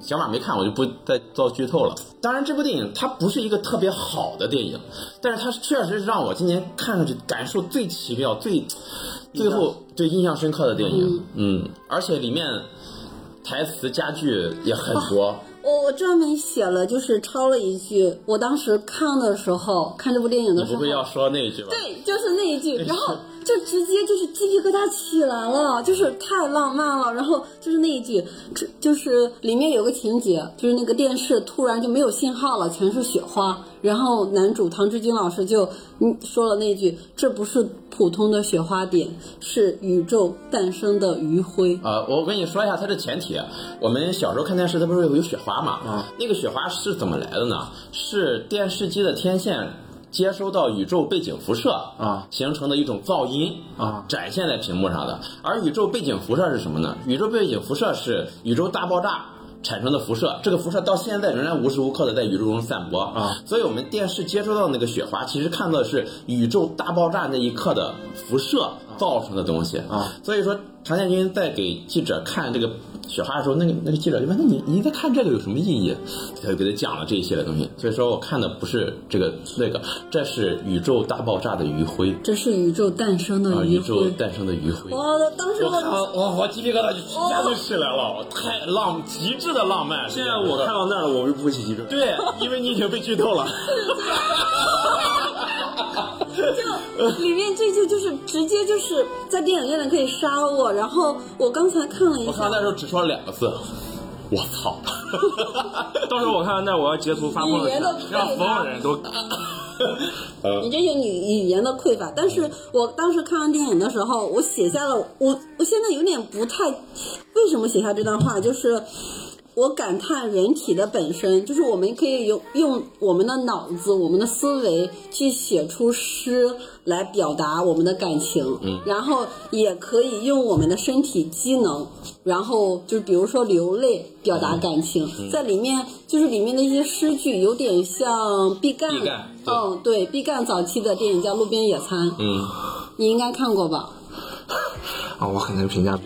Speaker 3: 小马没看，我就不再做剧透了。当然，这部电影它不是一个特别好的电影，但是它确实是让我今年看上去感受最奇妙、最最后最印象深刻的电影。嗯，而且里面台词佳句也很多。
Speaker 4: 哦我我专门写了，就是抄了一句。我当时看的时候，看这部电影
Speaker 3: 你
Speaker 4: 的时
Speaker 3: 不
Speaker 4: 候，
Speaker 3: 会要说那一句吧？
Speaker 4: 对，就是那一句，然后就直接就是鸡皮疙瘩起来了，就是太浪漫了。然后就是那一句，这就是里面有个情节，就是那个电视突然就没有信号了，全是雪花。然后男主唐志军老师就嗯说了那句：“这不是普通的雪花点，是宇宙诞生的余晖。
Speaker 3: 啊、我跟你说一下它的前提。我们小时候看电视，它不是有雪花嘛？
Speaker 8: 啊
Speaker 3: 那个雪花是怎么来的呢？是电视机的天线接收到宇宙背景辐射
Speaker 8: 啊
Speaker 3: 形成的一种噪音
Speaker 8: 啊
Speaker 3: 展现在屏幕上的。而宇宙背景辐射是什么呢？宇宙背景辐射是宇宙大爆炸。产生的辐射，这个辐射到现在仍然无时无刻的在宇宙中散播
Speaker 8: 啊
Speaker 3: 所以我们电视接收到那个雪花，其实看到的是宇宙大爆炸那一刻的辐射造成的东西
Speaker 8: 啊。
Speaker 3: 所以说，唐建军在给记者看这个雪花的时候，那个那个记者就问：“那你你在看这个有什么意义？”他就给他讲了这一系列东西。所以说我看的不是这个那个，这是宇宙大爆炸的余晖”
Speaker 4: 这是宇宙诞生
Speaker 3: 啊、
Speaker 4: 的嗯余
Speaker 3: 宇宙
Speaker 4: 晖。
Speaker 3: 诞生的余晖。
Speaker 4: 哇！当时
Speaker 3: 我看
Speaker 4: 我
Speaker 3: 我我鸡皮疙瘩就一下就起来了，太浪极致的浪漫。
Speaker 5: 现在我看到那儿了，我就不会起鸡皮疙瘩。
Speaker 3: 对，因为你已经被剧透了。
Speaker 4: 就里面这句就是直接就是在电影院里可以杀我，然后我刚才看了
Speaker 3: [laughs]
Speaker 4: 一
Speaker 3: 我
Speaker 4: 下
Speaker 3: 看，那时候只说了两个字，我操！ [laughs]
Speaker 8: 到时候我看那我要截图发朋友
Speaker 4: 语言
Speaker 8: 圈
Speaker 4: 都不，
Speaker 8: 让
Speaker 4: 配
Speaker 8: 所有
Speaker 4: 搭
Speaker 8: 人都
Speaker 4: 你这有语语言的匮乏。但是我当时看完电影的时候，我写下了我我现在有点不太为什么写下这段话，就是我感叹人体的本身，就是我们可以用用我们的脑子、我们的思维去写出诗来表达我们的感情，嗯，然后也可以用我们的身体机能，然后就比如说流泪表达感情，在里面就是里面的一些诗句有点像毕赣，
Speaker 3: 毕赣对
Speaker 4: 嗯，对，毕赣早期的电影叫《路边野餐》，
Speaker 3: 嗯，
Speaker 4: 你应该看过吧？
Speaker 8: 啊，我很难
Speaker 3: [laughs]
Speaker 8: 评价。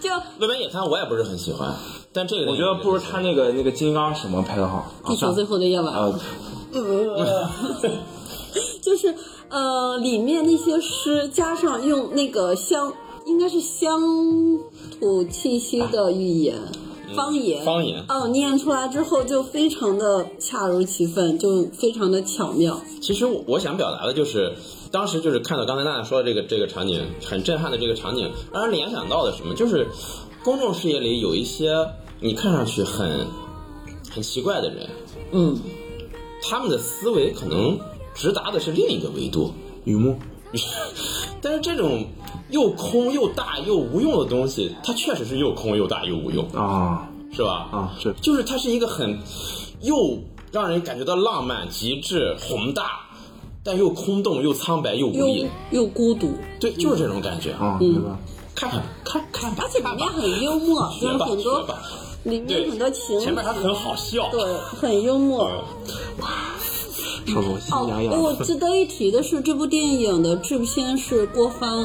Speaker 4: 就
Speaker 3: 路边野餐我也不是很喜欢，但这个
Speaker 8: 我觉得不如他那个那个金刚什么拍的好。
Speaker 4: 地球最后的夜晚，
Speaker 8: 啊，
Speaker 4: [laughs] 就是呃，里面那些诗加上用那个乡，应该是乡土气息的语言。方言，
Speaker 3: 嗯方言
Speaker 4: 哦，念出来之后就非常的恰如其分，就非常的巧妙。
Speaker 3: 其实我我想表达的就是，当时就是看到刚才娜娜说的这个这个场景，很震撼的这个场景，让人联想到的什么，就是公众视野里有一些你看上去很很奇怪的人，
Speaker 4: 嗯，
Speaker 3: 他们的思维可能直达的是另一个维度，
Speaker 8: 雨幕
Speaker 3: [laughs] 但是这种又空又大又无用的东西，它确实是又空又大又无用，
Speaker 8: 啊
Speaker 3: 是吧？
Speaker 8: 啊是
Speaker 3: 就是它是一个很又让人感觉到浪漫、极致、宏大，但又空洞、又苍白、又无
Speaker 4: 又嗯
Speaker 3: 力。
Speaker 4: 又孤独，
Speaker 3: 对，就是这种感觉。
Speaker 8: 啊，对吧？
Speaker 3: 看看看看吧，
Speaker 4: 而且里面很幽默，就
Speaker 3: 学
Speaker 4: 是
Speaker 3: 吧
Speaker 4: 很
Speaker 3: 学
Speaker 4: 多
Speaker 3: 吧。
Speaker 4: 里面很多情
Speaker 3: 前面它很好笑。
Speaker 4: 对，很幽默。
Speaker 8: 说的我心
Speaker 4: 哦
Speaker 8: 痒，
Speaker 3: [laughs]
Speaker 8: 痒。
Speaker 4: 我值得一提的是，这部电影的制片是郭帆，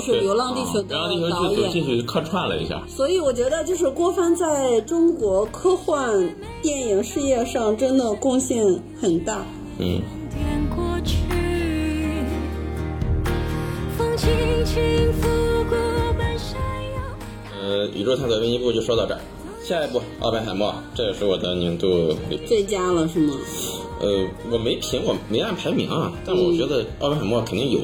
Speaker 3: 哦
Speaker 4: 是
Speaker 3: 啊对
Speaker 4: 《流浪地球》
Speaker 3: 然后那
Speaker 4: 的
Speaker 3: 球
Speaker 4: 导
Speaker 3: 剧组
Speaker 4: 演。
Speaker 3: 进去客串了一下，
Speaker 4: 所以我觉得，就是郭帆在中国科幻电影事业上真的贡献很大。
Speaker 3: 嗯，
Speaker 1: 天过去，风轻轻拂过半山腰。
Speaker 3: 呃，宇宙探索编辑部就说到这儿，下一步奥本海默，这也是我的年度里
Speaker 4: 最佳了是吗？
Speaker 3: 呃，我没评，我没按排名
Speaker 4: 嗯
Speaker 3: 啊，但我觉得奥本海默肯定有。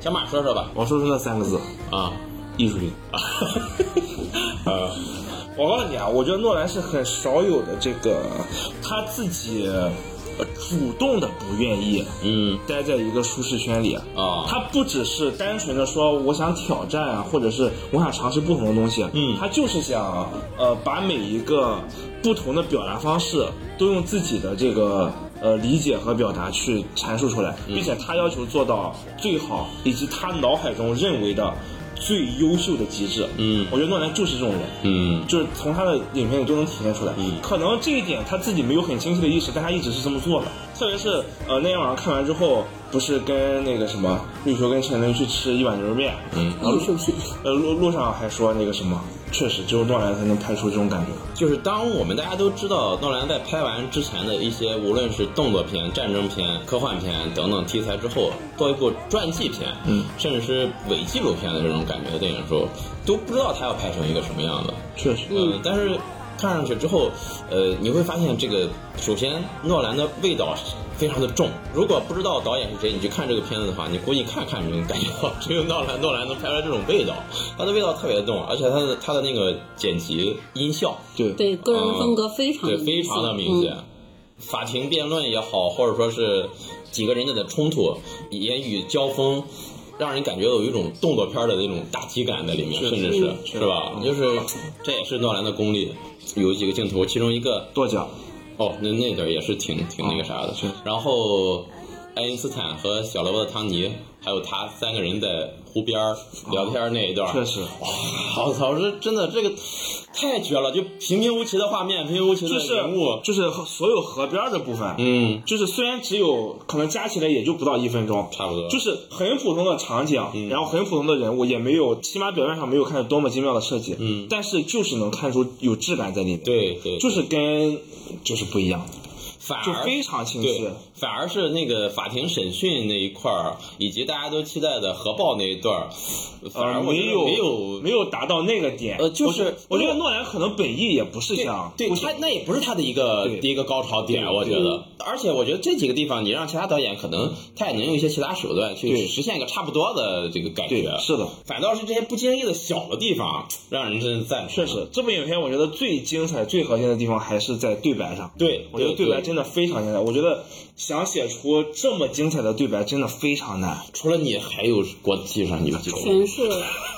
Speaker 3: 小马说说吧，
Speaker 8: 我说出那三个字，
Speaker 3: 啊
Speaker 8: 艺术品。
Speaker 3: 啊，
Speaker 5: 我告诉你啊，我觉得诺兰是很少有的这个呃他自己呃主动的不愿意
Speaker 3: 嗯
Speaker 5: 待在一个舒适圈里啊。
Speaker 3: 啊，
Speaker 5: 他不只是单纯的说我想挑战啊，或者是我想尝试不同的东西，啊
Speaker 3: 嗯
Speaker 5: 他就是想呃把每一个不同的表达方式都用自己的这个呃理解和表达去阐述出来，
Speaker 3: 嗯
Speaker 5: 并且他要求做到最好以及他脑海中认为的最优秀的极致。
Speaker 3: 嗯
Speaker 5: 我觉得诺兰就是这种人。
Speaker 3: 嗯
Speaker 5: 就是从他的影片里都能体现出来。
Speaker 3: 嗯
Speaker 5: 可能这一点他自己没有很清晰的意识，但他一直是这么做的。特别是呃那天晚上看完之后，不是跟那个什么绿球跟陈伦去吃一碗牛肉面，
Speaker 3: 嗯，
Speaker 4: 艺术品。
Speaker 5: 呃路路上还说那个什么，确实只有诺兰才能拍出这种感觉。
Speaker 3: 就是当我们大家都知道诺兰在拍完之前的一些，无论是动作片、战争片、科幻片等等题材之后，做一部传记片，嗯，甚至是伪纪录片的这种感觉的电影的时候，都不知道他要拍成一个什么样子。
Speaker 5: 确实，
Speaker 3: 嗯，但是看上去之后，呃，你会发现这个，首先诺兰的味道是非常的重。如果不知道导演是谁，你去看这个片子的话，你估计看看你就能感觉到，只有诺兰诺兰能拍出来这种味道，它的味道特别重，而且它的它的那个剪辑音效，
Speaker 5: 对，
Speaker 4: 对个人风格非常
Speaker 3: 哦
Speaker 4: 嗯
Speaker 3: 对
Speaker 4: 的
Speaker 3: 非常的明显。法庭辩论也好，或者说是几个人家的冲突、言语交锋，让人感觉有一种动作片的那种打击感在里面，
Speaker 5: 是
Speaker 3: 甚至是是吧？就是这也是诺兰的功力。有几个镜头，其中一个
Speaker 5: 跺脚，
Speaker 3: 哦，那那段也是挺挺那个啥的。
Speaker 5: 是
Speaker 3: 然后爱因斯坦和小罗伯特·唐尼，还有他三个人在湖边儿聊天那一段，
Speaker 5: 哦确实，
Speaker 3: 我操，这真的这个太绝了！就平平无奇的画面，平平无奇的
Speaker 5: 就是
Speaker 3: 人物，
Speaker 5: 就是所有河边的部分，
Speaker 3: 嗯，
Speaker 5: 就是虽然只有可能加起来也就不到一分钟，
Speaker 3: 差不多
Speaker 5: 就是很普通的场景，
Speaker 3: 嗯
Speaker 5: 然后很普通的人物，也没有起码表面上没有看出多么精妙的设计，
Speaker 3: 嗯
Speaker 5: 但是就是能看出有质感在里面，，
Speaker 3: 对对，
Speaker 5: 就是跟就是不一样，
Speaker 3: 反
Speaker 5: 就
Speaker 3: 而
Speaker 5: 非常清晰
Speaker 3: 对，，反而是那个法庭审讯那一块儿，以及大家都期待的核爆那一段儿，反
Speaker 5: 呃，
Speaker 3: 而我觉
Speaker 5: 没
Speaker 3: 得
Speaker 5: 有
Speaker 3: 没有
Speaker 5: 没有达到那个点，
Speaker 3: 呃就是
Speaker 5: 我觉得我觉得诺兰可能本意也不是想
Speaker 3: 对
Speaker 5: 不
Speaker 3: 对，
Speaker 5: 是
Speaker 3: 他那也不是他的一个
Speaker 5: 对
Speaker 3: 第一个高潮点，
Speaker 5: 对
Speaker 3: 我觉
Speaker 5: 对
Speaker 3: 得。而且我觉得这几个地方，你让其他导演可能他也能用一些其他手段去
Speaker 5: 对
Speaker 3: 实现一个差不多的这个感
Speaker 5: 对
Speaker 3: 觉。
Speaker 5: 是的。
Speaker 3: 反倒是这些不经意的小的地方，让人真是赞
Speaker 5: 确实，这部影片我觉得最精彩、最核心的地方还是在对白上。
Speaker 3: 对
Speaker 5: 我觉得
Speaker 3: 对
Speaker 5: 对白
Speaker 3: 对
Speaker 5: 真的非常精彩。我觉得想写出这么精彩的对白真的非常难。
Speaker 3: 除了你，还有国际上你就记得
Speaker 4: 全是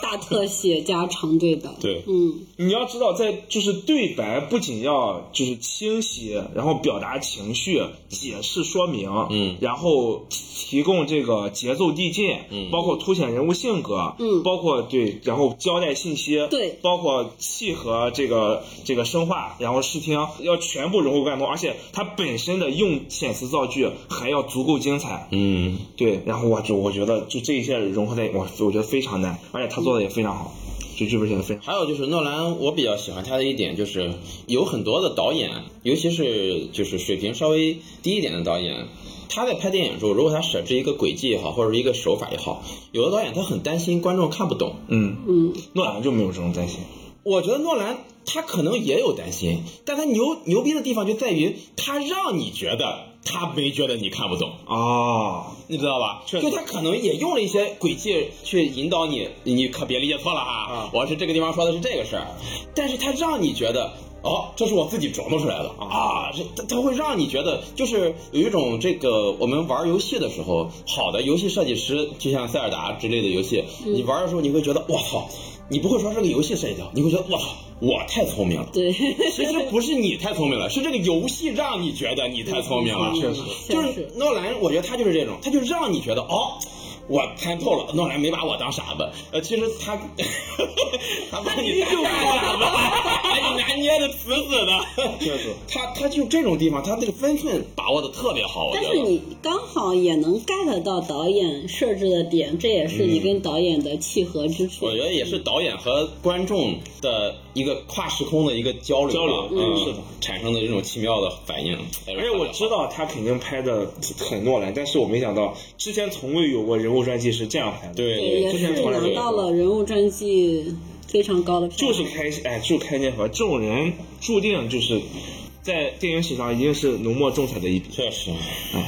Speaker 4: 大特写加长对白。
Speaker 3: 对
Speaker 4: 嗯，
Speaker 5: 你要知道，在就是对白不仅要就是清晰，然后表达情绪、解释说明，
Speaker 3: 嗯
Speaker 5: 然后提供这个节奏递进，
Speaker 3: 嗯
Speaker 5: 包括凸显人物性格，
Speaker 4: 嗯
Speaker 5: 包括对，然后交代信息，
Speaker 4: 对
Speaker 5: 包括契合这个这个生化，然后视听要全部融会贯通，而且它本身的用遣词造句还要足够精彩，
Speaker 3: 嗯，
Speaker 5: 对，然后我就我觉得就这一切融合在我我觉得非常难，而且他做的也非常好，就剧本写的非常好。
Speaker 3: 还有就是诺兰，我比较喜欢他的一点就是，有很多的导演，尤其是就是水平稍微低一点的导演，他在拍电影的时候，如果他设置一个轨迹也好，或者是一个手法也好，有的导演他很担心观众看不懂。
Speaker 5: 嗯，
Speaker 4: 嗯，
Speaker 5: 诺兰就没有这种担心。
Speaker 3: 我觉得诺兰他可能也有担心，但他牛牛逼的地方就在于他让你觉得他没觉得你看不懂。
Speaker 5: 哦，
Speaker 3: 你知道吧？
Speaker 5: 确
Speaker 3: 就
Speaker 5: 实
Speaker 3: 他可能也用了一些诡计去引导你，你可别理解错了哈。
Speaker 5: 啊
Speaker 3: 我是这个地方说的是这个事儿，但是他让你觉得。哦，这是我自己琢磨出来的啊！这他他会让你觉得，就是有一种这个我们玩游戏的时候，好的游戏设计师，就像塞尔达之类的游戏，你玩的时候你会觉得，我操，你不会说这个游戏设计的，你会觉得，我操，我太聪明了。
Speaker 4: 对，
Speaker 3: 其实不是你太聪明了，是这个游戏让你觉得你太聪明了。
Speaker 5: 确实
Speaker 3: 就
Speaker 4: 确
Speaker 3: [laughs] 是
Speaker 4: 实
Speaker 3: 诺兰，我觉得他就是这种，他就让你觉得哦。我看透了，诺兰没把我当傻子，呃，其实他， [laughs] 他把你当傻子， [laughs] 把你拿捏的死死的。
Speaker 5: 确实，
Speaker 3: 他他就这种地方，他这个分寸把握的特别好，我觉
Speaker 4: 但
Speaker 3: 得。
Speaker 4: 是你刚好也能 get 到导演设置的点，这也是你跟导演的契合之
Speaker 3: 嗯
Speaker 4: 处。
Speaker 3: 我觉得也是导演和观众的一个跨时空的一个交流吧，
Speaker 5: 交流
Speaker 3: 嗯，
Speaker 5: 是的，
Speaker 3: 产生的这种奇妙的反应。哎
Speaker 5: 而且我知道他肯定拍的很诺兰，但是我没想到之前从未有过人物传记是这样拍的。
Speaker 3: 对
Speaker 4: 对，也
Speaker 5: 之
Speaker 4: 是
Speaker 5: 前从来
Speaker 4: 拿
Speaker 5: 没有
Speaker 4: 到
Speaker 5: 过。
Speaker 4: 了人物传记非常高的票
Speaker 5: 就
Speaker 4: 房，
Speaker 5: 是开哎，就开先河，这种人注定就是在电影史上一定是浓墨重彩的一笔。
Speaker 3: 确实，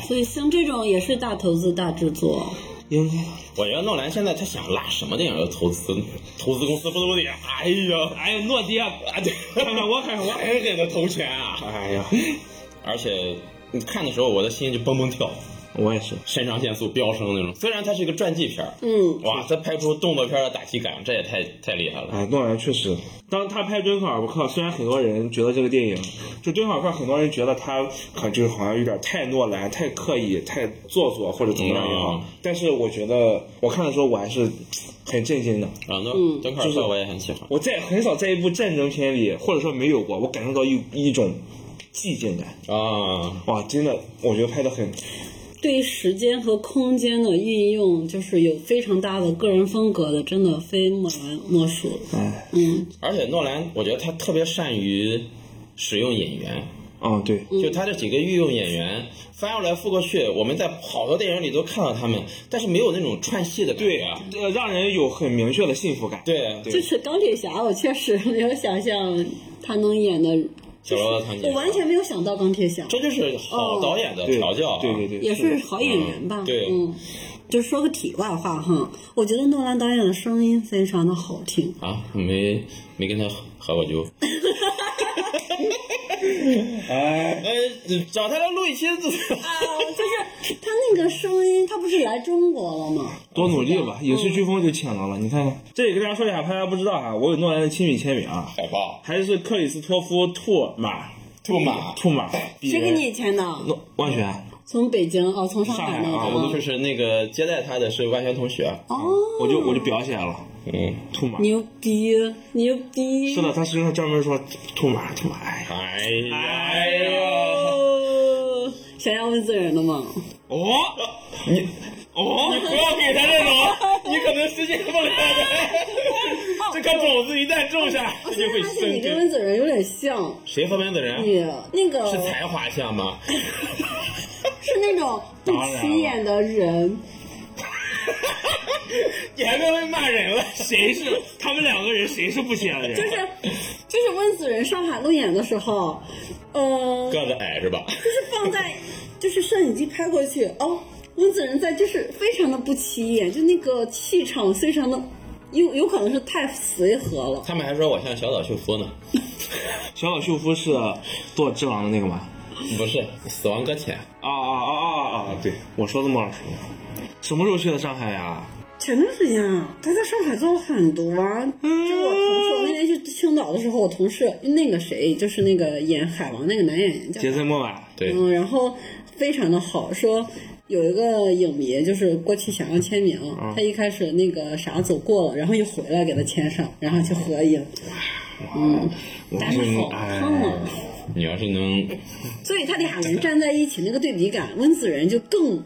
Speaker 4: 所以像这种也是大投资大制作。
Speaker 8: 应该
Speaker 3: 我觉得诺兰现在他想拉什么电影的投资，投资公司不都得？哎呀，哎， [laughs] 诺基亚，看看我，看看我，还是给他投钱啊！哎呀，而且你看的时候，我的心就蹦蹦跳，
Speaker 8: 我也是。
Speaker 3: 肾上腺素飙升那种。虽然它是一个传记片儿，
Speaker 9: 嗯，
Speaker 3: 哇，他拍出动作片的打击感，这也太太厉害了。
Speaker 8: 哎，诺兰确实，当他拍《敦刻尔伯克》，虽然很多人觉得这个电影，就《敦刻尔伯克》，很多人觉得他可能就是好像有点太诺兰、太刻意、太做作或者怎么样也好
Speaker 3: 嗯，
Speaker 8: 但是我觉得我看的时候我还是很震惊的。
Speaker 3: 啊，那
Speaker 9: 嗯
Speaker 3: 敦刻尔
Speaker 8: 就是
Speaker 3: 克我也很喜欢。
Speaker 8: 我在很少在一部战争片里，或者说没有过，我感受到一一种寂静感。
Speaker 3: 啊，
Speaker 8: 哇，真的，我觉得拍的很，
Speaker 4: 对时间和空间的运用，就是有非常大的个人风格的，真的非诺兰莫属。
Speaker 8: 哎，
Speaker 4: 嗯，
Speaker 3: 而且诺兰，我觉得他特别善于使用演员，
Speaker 8: 嗯，对，
Speaker 3: 就他这几个御用演员翻过来覆过去，我们在好多电影里都看到他们，但是没有那种串戏的感觉啊。
Speaker 8: 呃，让人有很明确的幸福感。，
Speaker 3: 对，啊
Speaker 8: 对啊
Speaker 4: 就是钢铁侠，我确实 [laughs] 没有想象他能演的，
Speaker 3: 小罗伯特唐尼，
Speaker 4: 我完全没有想到钢铁侠，
Speaker 3: 这就是好导演的
Speaker 8: 对
Speaker 3: 调教啊。
Speaker 8: 哦对对对，
Speaker 4: 也是好演员吧？
Speaker 3: 嗯对
Speaker 4: 嗯。就说个题外话哈，我觉得诺兰导演的声音非常的好听，
Speaker 3: 啊，没没跟他合过酒。
Speaker 8: [laughs] 哎，
Speaker 3: 呃，找他来录一期，
Speaker 4: 就是他那个声音，他不是来中国了吗？
Speaker 8: 多努力吧，影视飓风就抢到了。你看看，嗯这里跟大家说一下，怕大家不知道啊，我有诺兰的亲笔签名啊，
Speaker 3: 海报、
Speaker 8: 还是克里斯托夫·兔马，
Speaker 3: 兔马，
Speaker 8: 兔马，哎比
Speaker 4: 谁给
Speaker 8: 人
Speaker 4: 你签的？
Speaker 8: 诺万全，
Speaker 4: 从北京哦，从上海那
Speaker 8: 上海啊
Speaker 4: 个
Speaker 8: 我
Speaker 4: 吗
Speaker 3: 就？是那个接待他的是万全同学。啊
Speaker 4: 哦，
Speaker 8: 我就我就裱起来了，
Speaker 3: 嗯，
Speaker 8: 兔马。
Speaker 4: 牛逼，牛逼！
Speaker 8: 是的，他身上专门说兔马，兔马，哎呀，
Speaker 3: 哎
Speaker 8: 哎
Speaker 3: 呀，
Speaker 8: 呀，
Speaker 4: 哦，想要问罪人了吗？
Speaker 8: 哦，你，哦，
Speaker 3: 不要给他这种，你可能实现不了
Speaker 4: [laughs]
Speaker 3: 的。这颗种子一旦种下，它就会
Speaker 4: 而且你
Speaker 3: 生
Speaker 4: 跟 [laughs]
Speaker 3: 根。
Speaker 4: 温子仁有点像，
Speaker 3: 谁和温子仁？
Speaker 4: 你那个
Speaker 3: 啊是才华啊像吗？
Speaker 4: 是那种不起眼的人，
Speaker 3: 你还在那骂人了？谁是？
Speaker 8: 他们两个人谁是不起眼的人？
Speaker 4: 就是就是温子仁上海路演的时候，呃，
Speaker 3: 个子矮是吧？
Speaker 4: 就是放在就是摄影机拍过去哦，温子仁在就是非常的不起眼，就那个气场非常的。有有可能是太随和了，
Speaker 3: 他们还说我像小岛秀夫呢，
Speaker 8: [laughs] 小岛秀夫是做之狼的那个吗？
Speaker 3: 不是《死亡搁浅
Speaker 8: 啊啊啊啊啊！对，我说的莫老师，什么时候去的上海呀、
Speaker 4: 前段时间啊，他在上海做了很多啊。
Speaker 8: 嗯
Speaker 4: 就是我同事，我那天去青岛的时候，我同事那个谁，就是那个演海王那个男演员叫
Speaker 8: 杰森·莫玛》。
Speaker 3: 对，
Speaker 4: 嗯，然后非常的好，说有一个影迷就是过去想要签名，
Speaker 8: 嗯
Speaker 4: 他一开始那个啥走过了，然后又回来给他签上，然后去合影，嗯，
Speaker 8: 我
Speaker 4: 但
Speaker 8: 是
Speaker 4: 是
Speaker 8: 你
Speaker 4: 好
Speaker 8: 哎
Speaker 4: 看啊，
Speaker 3: 你要是能，
Speaker 4: 所以他俩人站在一起那个对比感，温子仁就更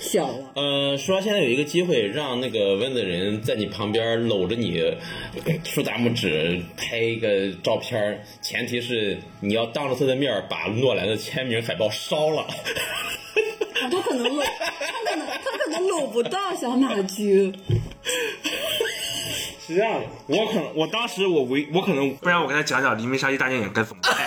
Speaker 4: 小了。
Speaker 3: 呃，说现在有一个机会让那个温子仁在你旁边搂着你，竖大拇指拍一个照片儿，前提是你要当着他的面儿把诺兰的签名海报烧了。 [laughs]
Speaker 4: 啊他可能搂，他可能他可能搂不到小马驹，
Speaker 8: 是这样的，我可能我当时我唯我可能，不然我给他讲讲《黎明杀机大电影》该怎么拍。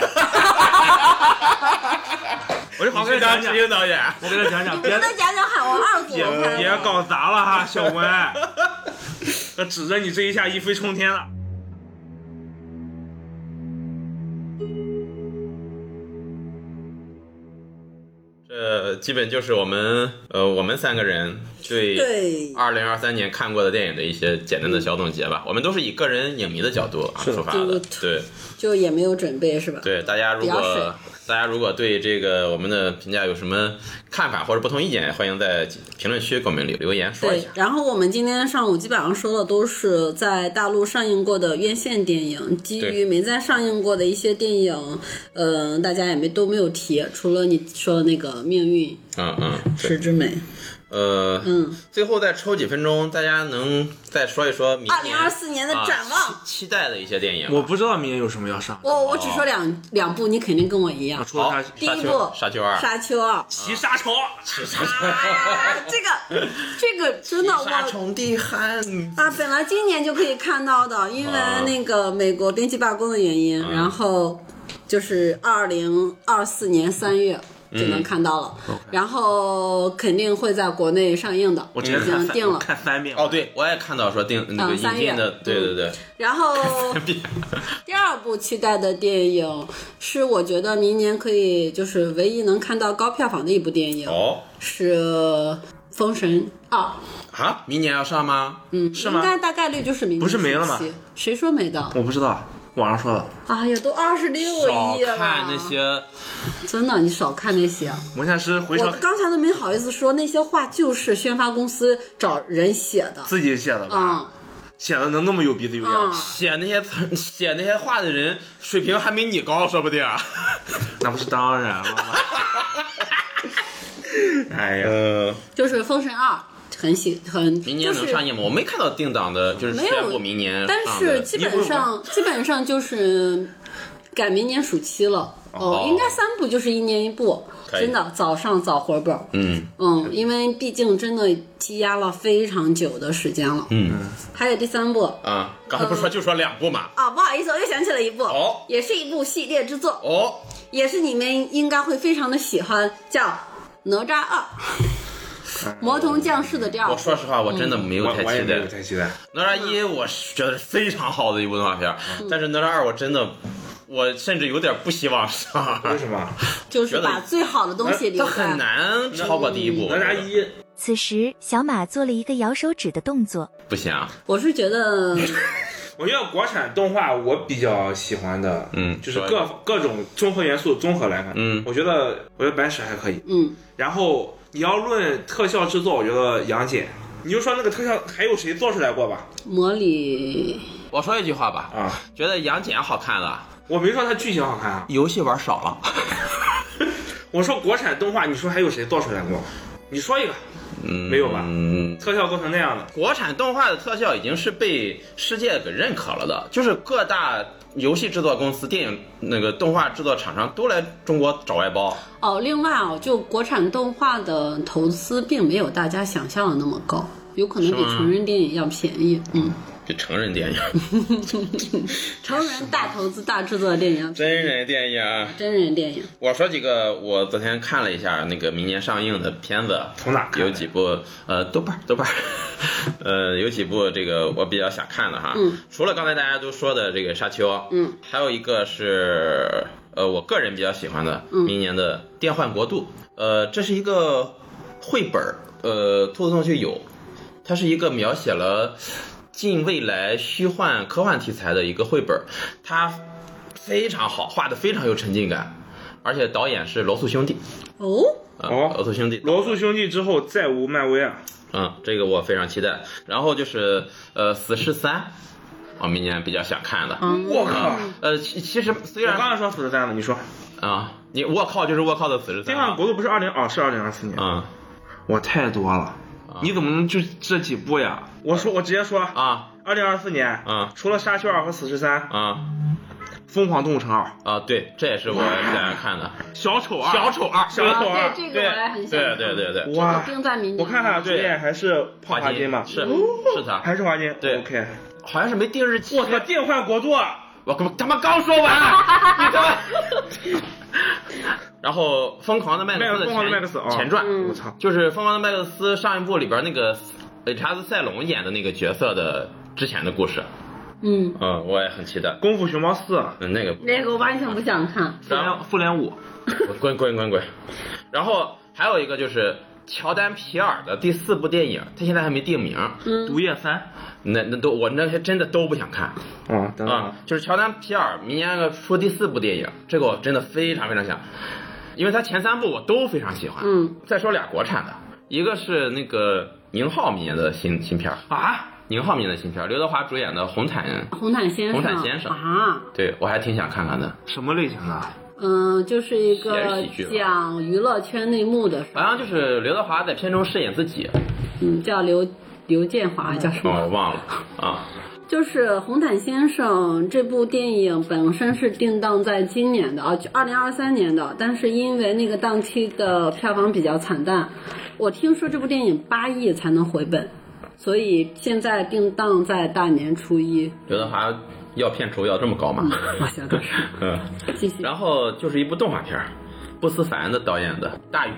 Speaker 8: 我就好好给他讲讲，
Speaker 10: 导演，
Speaker 8: 我给他讲讲，别
Speaker 9: 再讲讲海王二怎么拍
Speaker 8: 别
Speaker 9: 的？
Speaker 8: 搞砸了哈，小 [laughs] 文。我指着你这一下一飞冲天了。
Speaker 3: 这基本就是我们呃我们三个人对
Speaker 4: 对，
Speaker 3: 二零二三年看过的电影的一些简单的小总结吧。我们都是以个人影迷的角度啊出发的，对。
Speaker 4: 就也没有准备是吧？
Speaker 3: 对大家如
Speaker 4: 比较水
Speaker 3: 果大家如果对这个我们的评价有什么看法或者不同意见，欢迎在评论区给我们留留言说一
Speaker 4: 对
Speaker 3: 下，。
Speaker 4: 然后我们今天上午基本上说的都是在大陆上映过的院线电影，基于
Speaker 3: 对
Speaker 4: 没在上映过的一些电影，呃，大家也没都没有提，除了你说的那个《命运
Speaker 3: 嗯嗯，
Speaker 4: 石之美》。
Speaker 3: 呃，
Speaker 4: 嗯，
Speaker 3: 最后再抽几分钟，大家能再说一说明年
Speaker 9: 2024年的展望
Speaker 3: 啊期期待的一些电影。
Speaker 8: 我不知道明年有什么要上，
Speaker 4: 我我只说两两部，你肯定跟我一样。
Speaker 8: 除了
Speaker 3: 好
Speaker 8: 他
Speaker 4: 第一部
Speaker 3: 丘沙丘二
Speaker 4: 《沙丘二》
Speaker 8: 骑沙虫，
Speaker 4: 哎
Speaker 9: 啊，这个这个真的
Speaker 3: 沙
Speaker 9: 我。
Speaker 3: 虫的汗，
Speaker 4: 啊，本来今年就可以看到的，因为
Speaker 3: 啊
Speaker 4: 那个美国兵器罢工的原因，然后就是二零二四年三月就能看到了。然后肯定会在国内上映的，
Speaker 8: 我直接
Speaker 4: 已
Speaker 8: 看
Speaker 4: 经
Speaker 8: 翻
Speaker 4: 定了。
Speaker 8: 看翻遍。
Speaker 3: 哦，，对，我也看到说定那个
Speaker 4: 嗯三
Speaker 3: 引进的，
Speaker 4: 月嗯
Speaker 3: 对对对，
Speaker 4: 然后
Speaker 3: [laughs]
Speaker 4: 第二部期待的电影是我觉得明年可以就是唯一能看到高票房的一部电影、
Speaker 3: 哦
Speaker 4: 是《封神二》。
Speaker 3: 啊，明年要上吗？
Speaker 4: 嗯，
Speaker 8: 是吗
Speaker 4: 应该大概率就是明年
Speaker 8: 不是没了吗
Speaker 4: 暑期？谁说没的？
Speaker 8: 我不知道，网上说的。
Speaker 4: 哎呀，都二十六
Speaker 3: 少
Speaker 4: 亿了，
Speaker 3: 看那些，
Speaker 4: 真的，你少看那些。啊
Speaker 8: 魔像师回
Speaker 4: 我
Speaker 8: 潮
Speaker 4: 刚才都没好意思说，那些话就是宣发公司找人写的。
Speaker 8: 自己写的吧？
Speaker 4: 嗯
Speaker 8: 写的能那么有鼻子有
Speaker 4: 嗯
Speaker 8: 样，，
Speaker 3: 写那些词、写那些话的人水平还没你高，说不定。啊
Speaker 8: 那不是当然了
Speaker 5: [laughs]
Speaker 8: 吗？哎呀，
Speaker 3: 呃，
Speaker 4: 就是《封神二》很喜很，
Speaker 3: 明年能
Speaker 4: 就是
Speaker 3: 上映吗？我没看到定档的，就是
Speaker 4: 没有
Speaker 3: 宣布明年
Speaker 4: 但
Speaker 3: 上
Speaker 4: 是
Speaker 3: 的
Speaker 4: 基
Speaker 3: 一部
Speaker 4: 本上基本上就是赶明年暑期了。哦
Speaker 3: 哦，
Speaker 4: 应该三部就是一年一部，
Speaker 3: 可以
Speaker 4: 真的早上早回本儿。
Speaker 3: 嗯
Speaker 4: 嗯，因为毕竟真的积压了非常久的时间了。
Speaker 3: 嗯
Speaker 4: 还有第三部
Speaker 3: 啊，刚才不
Speaker 4: 嗯
Speaker 3: 说就说两部嘛？
Speaker 4: 啊，不好意思，我又想起了一部
Speaker 3: 哦，
Speaker 4: 也是一部系列之作，
Speaker 3: 哦，
Speaker 4: 也是你们应该会非常的喜欢，叫《哪吒二》，魔童降世的第二
Speaker 3: 哎我
Speaker 4: 部。
Speaker 3: 说实话，我真的没有
Speaker 8: 嗯我
Speaker 3: 太
Speaker 8: 我也
Speaker 3: 期
Speaker 8: 没
Speaker 3: 待
Speaker 8: 有。太期待。
Speaker 3: 哪吒一
Speaker 4: 嗯
Speaker 3: 我是觉得是非常好的一部动画片儿，但是哪吒二我真的，我甚至有点不希望上。
Speaker 8: 为什么？
Speaker 4: 就是
Speaker 3: 觉得
Speaker 4: 把最好的东西留
Speaker 3: 它
Speaker 4: 在。
Speaker 3: 很难超过第一部。
Speaker 8: 哪吒一
Speaker 7: 此时，小马做了一个摇手指的动作。
Speaker 3: 不行啊，
Speaker 4: 我是
Speaker 3: [laughs]
Speaker 4: 觉得，
Speaker 8: 我觉得国产动画我比较喜欢的，
Speaker 3: 嗯
Speaker 8: 就是
Speaker 3: 说一
Speaker 8: 各各种综合元素综合来看，
Speaker 3: 嗯
Speaker 8: 我觉得我觉得白蛇还可以。
Speaker 4: 嗯，
Speaker 8: 然后你要论特效制作，我觉得杨姐，你就说那个特效还有谁做出来过吧？
Speaker 4: 魔里
Speaker 3: 我说一句话吧，
Speaker 8: 啊，
Speaker 3: 觉得杨戬好看了，
Speaker 8: 我没说它剧情好看啊，
Speaker 3: 游戏玩少了。
Speaker 8: 我说国产动画，你说还有谁做出来过？你说一个，
Speaker 3: 嗯，
Speaker 8: 没有吧
Speaker 3: 嗯，
Speaker 8: 特效做成那样的，
Speaker 3: 国产动画的特效已经是被世界给认可了的，就是各大游戏制作公司、电影那个动画制作厂商都来中国找外包。
Speaker 4: 哦，另外哦，就国产动画的投资并没有大家想象的那么高，有可能比
Speaker 3: 是吗
Speaker 4: 成人电影要便宜。嗯，
Speaker 3: 就成人电影、 [laughs]
Speaker 4: [laughs] 成人大投资大制作的电影要便宜，
Speaker 3: 真人电影，
Speaker 4: 真人电影
Speaker 3: 我说几个，我昨天看了一下那个明年上映的片子，
Speaker 8: 从哪看的
Speaker 3: 有几部呃豆瓣儿 [laughs] 豆瓣儿，呃有几部这个我比较想看的哈，
Speaker 4: 嗯
Speaker 3: 除了刚才大家都说的这个沙丘，
Speaker 4: 嗯，
Speaker 3: 还有一个是呃我个人比较喜欢的
Speaker 4: 嗯
Speaker 3: 明年的《电幻国度》，呃这是一个绘本儿，呃兔子洞穴有，它是一个描写了近未来虚幻科幻题材的一个绘本儿，它非常好，画的非常有沉浸感，而且导演是罗素兄弟，
Speaker 4: 哦，
Speaker 3: 啊、
Speaker 8: 哦
Speaker 3: 罗素兄弟，
Speaker 8: 罗素兄弟之后再无漫威啊，
Speaker 3: 嗯，这个我非常期待。然后就是呃，《死侍三》，我明年比较想看的。
Speaker 8: 我靠！
Speaker 3: 呃，其其实虽
Speaker 8: 我
Speaker 3: 然
Speaker 8: 刚
Speaker 3: 啊、
Speaker 8: 才说死十三了，你说《
Speaker 3: 你我靠就是我靠的《死侍三啊
Speaker 8: 电》幻国度》不是二零哦，是二零二四年，
Speaker 3: 嗯
Speaker 8: 我太多了，你怎么能就这几部呀？我说我直接说啊
Speaker 3: 啊
Speaker 8: 二零二四年，
Speaker 3: 啊
Speaker 8: 除了《沙丘二》和《死侍三》，《
Speaker 3: 啊
Speaker 8: 疯狂动物城二》《
Speaker 3: 啊！对，这也是我想看的。
Speaker 8: 小丑二》
Speaker 3: 小丑二
Speaker 8: 小丑二
Speaker 4: 啊》对这个
Speaker 3: 对
Speaker 4: 我也很想
Speaker 3: 对
Speaker 4: 看
Speaker 3: 对对对，
Speaker 8: 哇！
Speaker 4: 定在明年。
Speaker 8: 我看看主
Speaker 3: 对
Speaker 8: 演还是胖华金
Speaker 3: 金
Speaker 8: 吧，
Speaker 3: 是是他，
Speaker 8: 还是华金？
Speaker 3: 对
Speaker 8: ，OK。
Speaker 3: 好像是没定日期。
Speaker 8: 我操，电幻国度啊！
Speaker 3: 我他妈他妈刚说完，你他妈。然后《疯狂的麦克
Speaker 8: 麦
Speaker 3: 斯》哦
Speaker 8: 克
Speaker 3: 的
Speaker 8: 疯狂
Speaker 3: 前
Speaker 8: 的麦克斯啊！
Speaker 3: 前传，
Speaker 8: 我操！
Speaker 3: 就是《疯狂的麦克斯》上一部里边那个理查兹·塞隆演的那个角色的之前的故事。
Speaker 4: 嗯，
Speaker 3: 嗯，我也很期待。
Speaker 8: 功夫熊猫四，
Speaker 3: 嗯，那个
Speaker 4: 那个我完全不想看。
Speaker 8: 复联复联五，
Speaker 3: 滚滚滚滚。然后还有一个就是乔丹·皮尔的第四部电影，他现在还没定名。
Speaker 8: 毒液三。
Speaker 3: 那那都我那些真的都不想看
Speaker 8: 啊，等等
Speaker 3: 啊、，就是乔丹·皮尔明年要出第四部电影，这个我真的非常非常想，因为他前三部我都非常喜欢。
Speaker 4: 嗯，
Speaker 3: 再说俩国产的，一个是那个宁浩明年的新新片儿
Speaker 8: 啊，
Speaker 3: 宁浩明的新片，刘德华主演的《红毯人》，
Speaker 4: 红毯先生，
Speaker 3: 红毯先生
Speaker 4: 啊，
Speaker 3: 对我还挺想看看的，
Speaker 8: 什么类型的？
Speaker 4: 嗯，就是一
Speaker 3: 也
Speaker 4: 个
Speaker 3: 是喜剧吧啊
Speaker 4: 讲娱乐圈内幕的，
Speaker 3: 好像就是刘德华在片中饰演自己，
Speaker 4: 嗯，叫刘刘建华，叫什么？
Speaker 3: 哦，我忘了啊，
Speaker 4: 就是《红毯先生》这部电影本身是定档在今年的啊，二零二三年的，但是因为那个档期的票房比较惨淡，我听说这部电影八亿才能回本，所以现在定档在大年初一，嗯
Speaker 3: 刘德华要片酬要这么高吗？
Speaker 4: 我觉得是。
Speaker 3: 嗯，
Speaker 4: 继续，
Speaker 3: 然后就是一部动画片儿，不思凡的导演的《大禹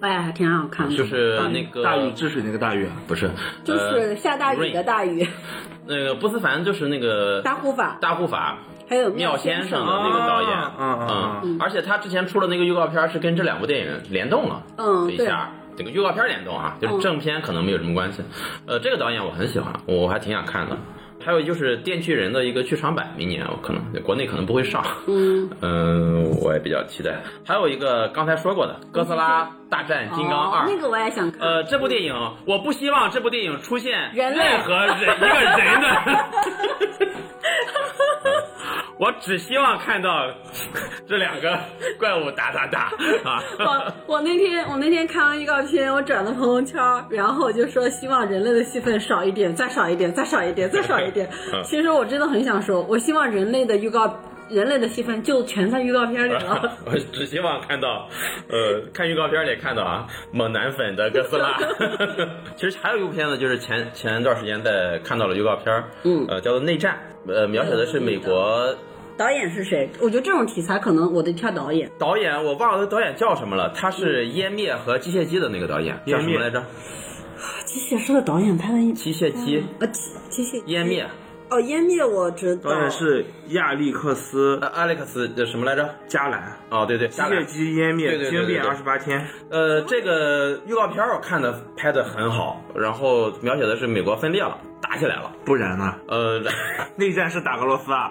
Speaker 4: 哎，还挺好看》，的，
Speaker 3: 就是那个
Speaker 8: 大禹治水那个大禹啊，
Speaker 3: 不是，
Speaker 4: 就是下大雨的
Speaker 3: 呃
Speaker 4: 大雨， [laughs]
Speaker 3: 那个不思凡就是那个
Speaker 4: 大护法，
Speaker 3: 大护法
Speaker 4: 还有
Speaker 3: 妙
Speaker 4: 先
Speaker 3: 先生的那个导演，
Speaker 8: 啊啊啊
Speaker 3: 嗯，而且他之前出了那个预告片是跟这两部电影联动了，
Speaker 4: 嗯
Speaker 3: 这一下。这个预告片联动啊，就是正片可能没有什么关系。呃，这个导演我很喜欢，我还挺想看的。还有就是《电锯人》的一个剧场版，明年我可能国内可能不会上。
Speaker 4: 嗯，
Speaker 3: [laughs] 嗯，我也比较期待。还有一个刚才说过的《哥斯拉大战金刚二》
Speaker 4: 哦那个我也想看，
Speaker 3: 呃，这部电影我不希望这部电影出现
Speaker 4: 人类
Speaker 3: 任何人一个人的，
Speaker 4: [laughs]
Speaker 3: [laughs] 我只希望看到这两个怪物打打打
Speaker 4: [laughs]
Speaker 3: 啊！
Speaker 4: 我我那天我那天看完预告片，我转了朋友圈，然后我就说希望人类的戏份少一点，再少一点，再少一点，再少一
Speaker 8: [laughs]
Speaker 4: 点。
Speaker 8: 嗯
Speaker 4: 其实我真的很想说，我希望人类的预告，人类的戏份就全在预告片里
Speaker 8: [laughs]
Speaker 4: 了。
Speaker 3: [laughs] 我只希望看到，呃，看预告片里看到啊，猛男粉的哥斯
Speaker 4: [laughs]
Speaker 3: 拉。其实还有一部片子，就是前前段时间在看到了预告片，
Speaker 4: 嗯
Speaker 3: 呃，叫做《内战》，呃，描写的是美国
Speaker 4: 导演是谁？我觉得这种题材可能我得挑导演。
Speaker 3: 导演，我忘了导演叫什么了，他是《湮灭》和《机械姬》的那个导演，叫什么来着？
Speaker 4: 机械师的导演他的一
Speaker 3: 机械姬、
Speaker 8: 嗯
Speaker 4: 啊机机械
Speaker 3: 湮灭，
Speaker 4: 哦湮灭我知道，
Speaker 8: 导演是亚历克斯
Speaker 3: 呃，Alex 这什么来着？
Speaker 8: 加兰，
Speaker 3: 哦，对对，
Speaker 8: 机
Speaker 3: 加
Speaker 8: 械
Speaker 3: 兰。
Speaker 8: 姬湮
Speaker 3: 对对
Speaker 8: 灭，
Speaker 3: 对
Speaker 8: 惊
Speaker 3: 对
Speaker 8: 变
Speaker 3: 对
Speaker 8: 二十八天，
Speaker 3: 呃，这个预告片我看的拍的很好，然后描写的是美国分裂了，打起来了。
Speaker 8: 不然呢？
Speaker 3: 呃， [laughs]
Speaker 8: 内战是打俄罗斯啊，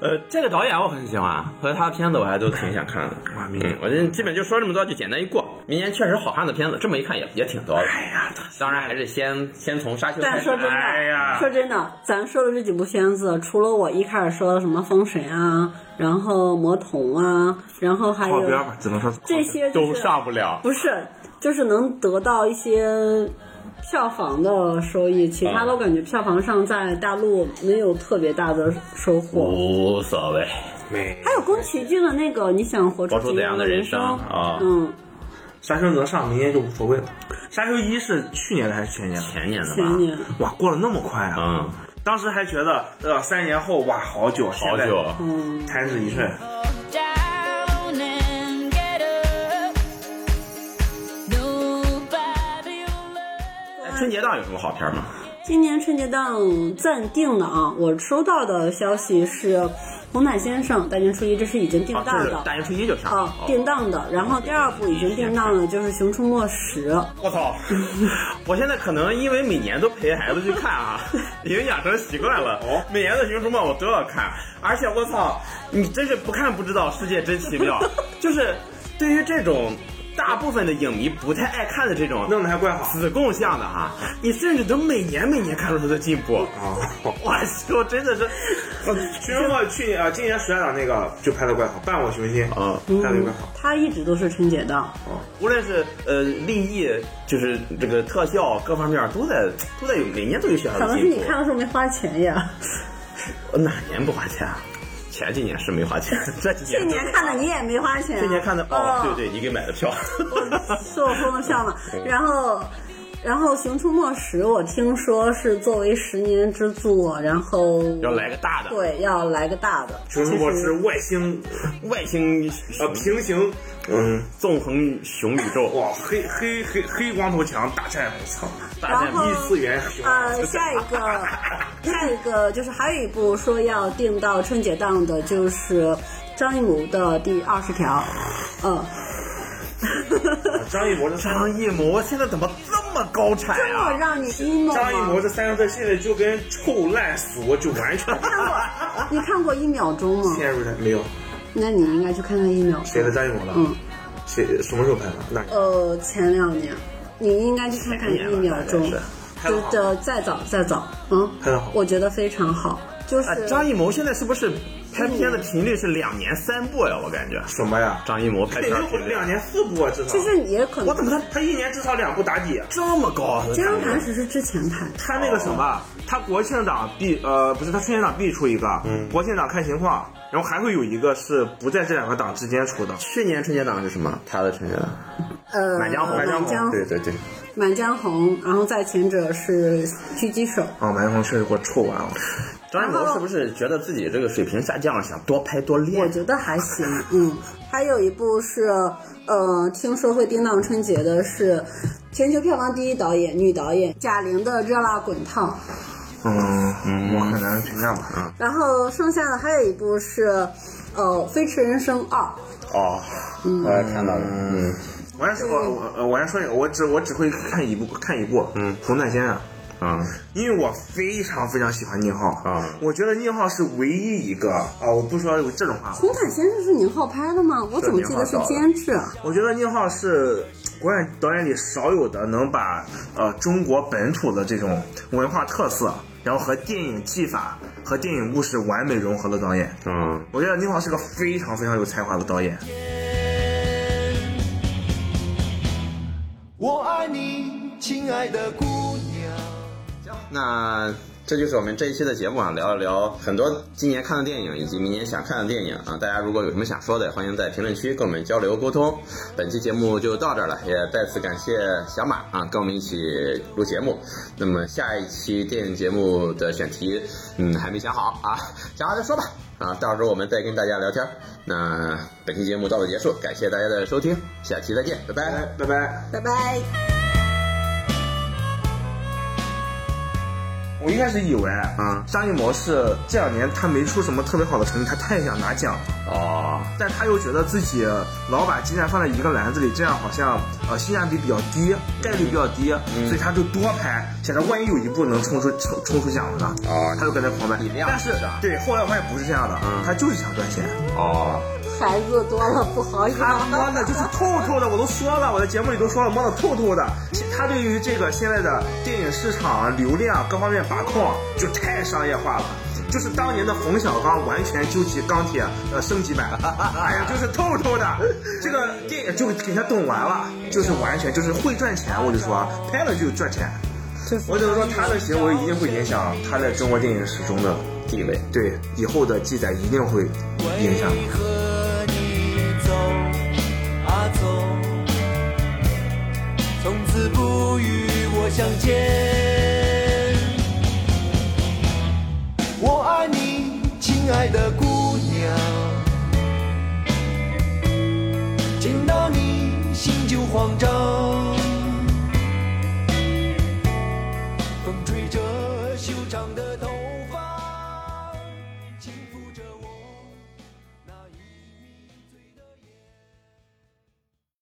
Speaker 3: 呃，这个导演我很喜欢，和他的片子我还都挺想看的。
Speaker 8: 哇明
Speaker 3: 嗯
Speaker 8: 年，
Speaker 3: 我这基本就说这么多，就简单一过。明年确实好看的片子，这么一看也也挺多的。
Speaker 8: 哎呀，
Speaker 3: 当然还是先先从沙丘开
Speaker 4: 但
Speaker 3: 始
Speaker 4: 说。真的，
Speaker 8: 哎呀
Speaker 4: 说真的，咱说的这几部片子，除了我一开始说的什么《封神》啊，然后《魔童》啊，然后还
Speaker 8: 靠
Speaker 4: 有
Speaker 8: 边吧，只能说
Speaker 4: 这些、就是、
Speaker 3: 不了，
Speaker 4: 不是，就是能得到一些票房的收益，其他的我感觉票房上在大陆没有特别大的收获。
Speaker 3: 无所谓。
Speaker 8: 没
Speaker 4: 还有宫崎骏的那个《你想活
Speaker 3: 活出
Speaker 4: 怎
Speaker 3: 怎样
Speaker 4: 的
Speaker 3: 的人
Speaker 4: 生
Speaker 3: 生》啊
Speaker 4: 嗯，
Speaker 8: 沙丘能上，明年就无所谓了。沙丘一是去年的还是前年的？
Speaker 3: 前年的吧，
Speaker 4: 前年
Speaker 8: 哇，过了那么快啊！
Speaker 3: 嗯，
Speaker 8: 当时还觉得，呃，三年后哇，好久，
Speaker 3: 好
Speaker 8: 好
Speaker 3: 久，
Speaker 4: 嗯，
Speaker 8: 弹指一瞬。
Speaker 1: Down and get up. Nobody will love.
Speaker 3: 哎春节档有什么好片吗？
Speaker 4: 今年春节档暂定了啊，我收到的消息是，红毯先生大年初一这是已经定
Speaker 3: 啊，
Speaker 4: 档
Speaker 3: 就是
Speaker 4: 的。
Speaker 3: 大年初一就上了
Speaker 4: 啊，。定档的，然后第二部已经定档了，就是《熊出没十》。
Speaker 3: [laughs] 我操！我现在可能因为每年都陪孩子去看啊，已经养成习惯了。哦，每年的《熊出没》我都要看，而且我操，你真是不看不知道，世界真奇妙。就是对于这种大部分的影迷不太爱看的这种
Speaker 8: 弄得还怪好
Speaker 3: 子贡像的啊，你甚至能每年每年看出他的进步。
Speaker 8: 啊！
Speaker 3: 哇，我真的是，
Speaker 8: 熊出没去年啊，今年暑假档那个就拍的怪好，伴我雄心
Speaker 3: 啊
Speaker 8: 拍的怪好。
Speaker 4: 它一直都是春节档，
Speaker 3: 无论是呃立意，就是这个特效各方面都在都在有每年都有小小
Speaker 4: 可
Speaker 3: 的
Speaker 4: 能是
Speaker 3: 进
Speaker 4: 你
Speaker 3: 步。
Speaker 4: 看的时候没花钱呀。
Speaker 3: 我哪年不花钱啊？前几年是没花钱，这几年
Speaker 4: 去年看的你也没花钱啊。
Speaker 3: 去年看的哦，
Speaker 4: 哦
Speaker 3: 对对，你给买的票。
Speaker 4: 是我疯了笑嘛。然后，然后《熊出没十》，我听说是作为十年之作，然后
Speaker 3: [laughs]
Speaker 4: 呃
Speaker 3: 要来个大的
Speaker 4: 对要来个大的。
Speaker 8: 熊出没
Speaker 4: 其
Speaker 8: 之
Speaker 4: 实
Speaker 8: 外星
Speaker 3: 外星
Speaker 8: 呃平行，嗯，
Speaker 3: 纵横熊宇宙
Speaker 8: 哇，黑黑黑黑光头强大战，我操，
Speaker 3: 大
Speaker 4: 然
Speaker 3: 战
Speaker 4: 后
Speaker 8: 异次元熊。
Speaker 4: 呃，下一个， [laughs] 下一个就是还有一部说要定到春节档的，就是张艺谋的第二十条， [laughs] 嗯，
Speaker 8: 张艺谋这三
Speaker 3: 张艺谋现在怎么这么高产
Speaker 4: 这么
Speaker 3: 啊？
Speaker 4: 让你 emo
Speaker 8: 张艺谋
Speaker 4: 吗？
Speaker 8: 这三个字现在就跟臭烂俗就完全
Speaker 4: 你看过一秒钟吗？
Speaker 8: [laughs] 陷入在没有
Speaker 4: 那你应该去看看一秒
Speaker 8: 谁
Speaker 4: 钟
Speaker 8: 的。张艺谋了？
Speaker 4: 嗯，
Speaker 8: 谁什么时候拍的？那
Speaker 4: 呃，前两年，你应该去看看一秒
Speaker 3: 前
Speaker 4: 钟
Speaker 3: 年吧大概是，
Speaker 4: 就的再早再早，嗯，
Speaker 8: 拍得好哎
Speaker 4: 我觉得非常好，就是、
Speaker 3: 啊，张艺谋现在是不是拍片的频率是两年三部呀？我感觉
Speaker 8: 什么呀？
Speaker 3: 张艺谋拍
Speaker 5: 嗯
Speaker 8: 得
Speaker 3: 片
Speaker 8: 有
Speaker 3: 频率
Speaker 8: 两年四部啊，至少。
Speaker 4: 就是也可
Speaker 8: 我
Speaker 4: 能
Speaker 8: 怎么他他一年至少两部打底？啊
Speaker 3: 这么高，
Speaker 4: 《金刚弹只是之前拍的，
Speaker 8: 他那个什么，他国庆档必呃不是他春节档必出一个，国庆档看情况，然后还会有一个是不在这两个档之间出的。
Speaker 3: 去年春节档是什么？他的春节档
Speaker 4: 呃，
Speaker 3: 《满江红》，
Speaker 4: 满江
Speaker 3: 对对对，
Speaker 4: 满江红，然后在前者是狙击手，
Speaker 8: 哦啊，满江红确实给我臭完了。
Speaker 3: 张艺谋是不是觉得自己这个水平下降了，想多拍多
Speaker 4: 我
Speaker 3: 练？
Speaker 4: 觉得还行，嗯。还有一部是，呃，听说会叮当春节的是全球票房第一导演女导演贾玲的《热辣滚烫》，
Speaker 5: 嗯嗯，我很难评价吧。嗯，
Speaker 4: 然后剩下的还有一部是，呃，《飞驰人生二》。
Speaker 3: 哦，我也看到了，嗯，
Speaker 5: 我还说，我呃我还说一个，我只我只会看一部，看一部，嗯，红毯先生。
Speaker 3: 啊、
Speaker 5: 因为我非常非常喜欢宁浩
Speaker 3: 啊
Speaker 5: 我觉得宁浩是唯一一个啊、我不说这种话，
Speaker 4: 红毯先生是宁浩拍的吗？我怎么记得是监制啊？
Speaker 5: 我觉得宁浩是国产导演里少有的能把呃中国本土的这种文化特色，然后和电影技法和电影故事完美融合的导演。
Speaker 3: 嗯，
Speaker 5: 我觉得宁浩是个非常非常有才华的导演。
Speaker 11: 我爱你，亲爱的姑娘。
Speaker 3: 那这就是我们这一期的节目啊，聊一聊很多今年看的电影以及明年想看的电影啊。大家如果有什么想说的，欢迎在评论区跟我们交流沟通。本期节目就到这儿了，也再次感谢小马啊，跟我们一起录节目。那么下一期电影节目的选题，嗯，还没想好啊，想好再说吧啊，到时候我们再跟大家聊天。那本期节目到此结束，感谢大家的收听，下期再见，拜拜
Speaker 5: 拜拜。
Speaker 4: 拜拜。
Speaker 5: 我一开始以为
Speaker 4: 嗯
Speaker 3: 啊
Speaker 5: 张艺谋是这两年他没出什么特别好的成绩，他太想拿奖了，
Speaker 3: 哦，
Speaker 5: 但他又觉得自己老把鸡蛋放在一个篮子里，这样好像呃性价比比较低，概率比较低，
Speaker 3: 嗯
Speaker 5: 所以他就多拍，想着万一有一部能冲出冲冲出奖了呢，
Speaker 3: 哦
Speaker 5: 他就跟着狂拍
Speaker 3: 你那。样
Speaker 5: 但是
Speaker 3: 是吧嗯
Speaker 5: 对，后来我发现不是这样的，他就是想赚钱，
Speaker 3: 哦，
Speaker 4: 孩子多了不好养。
Speaker 5: 他摸的就是透透的，我都说了，我在节目里都说了，摸的透透的。其他对于这个现在的电影市场流量啊各方面把控就太商业化了。就是当年的冯小刚完全究极钢铁呃升级版，哎呀，就是透透的，这个电影就给他懂完了，就是完全就是会赚钱，我就说拍了就赚钱，我只能说他的行为一定会影响他在中国电影史中的
Speaker 3: 地位。
Speaker 5: 对以后的记载，一定会影响。
Speaker 11: 为何你走啊走，从此不与我相见？我爱你，亲爱的姑娘，见到你心就慌张。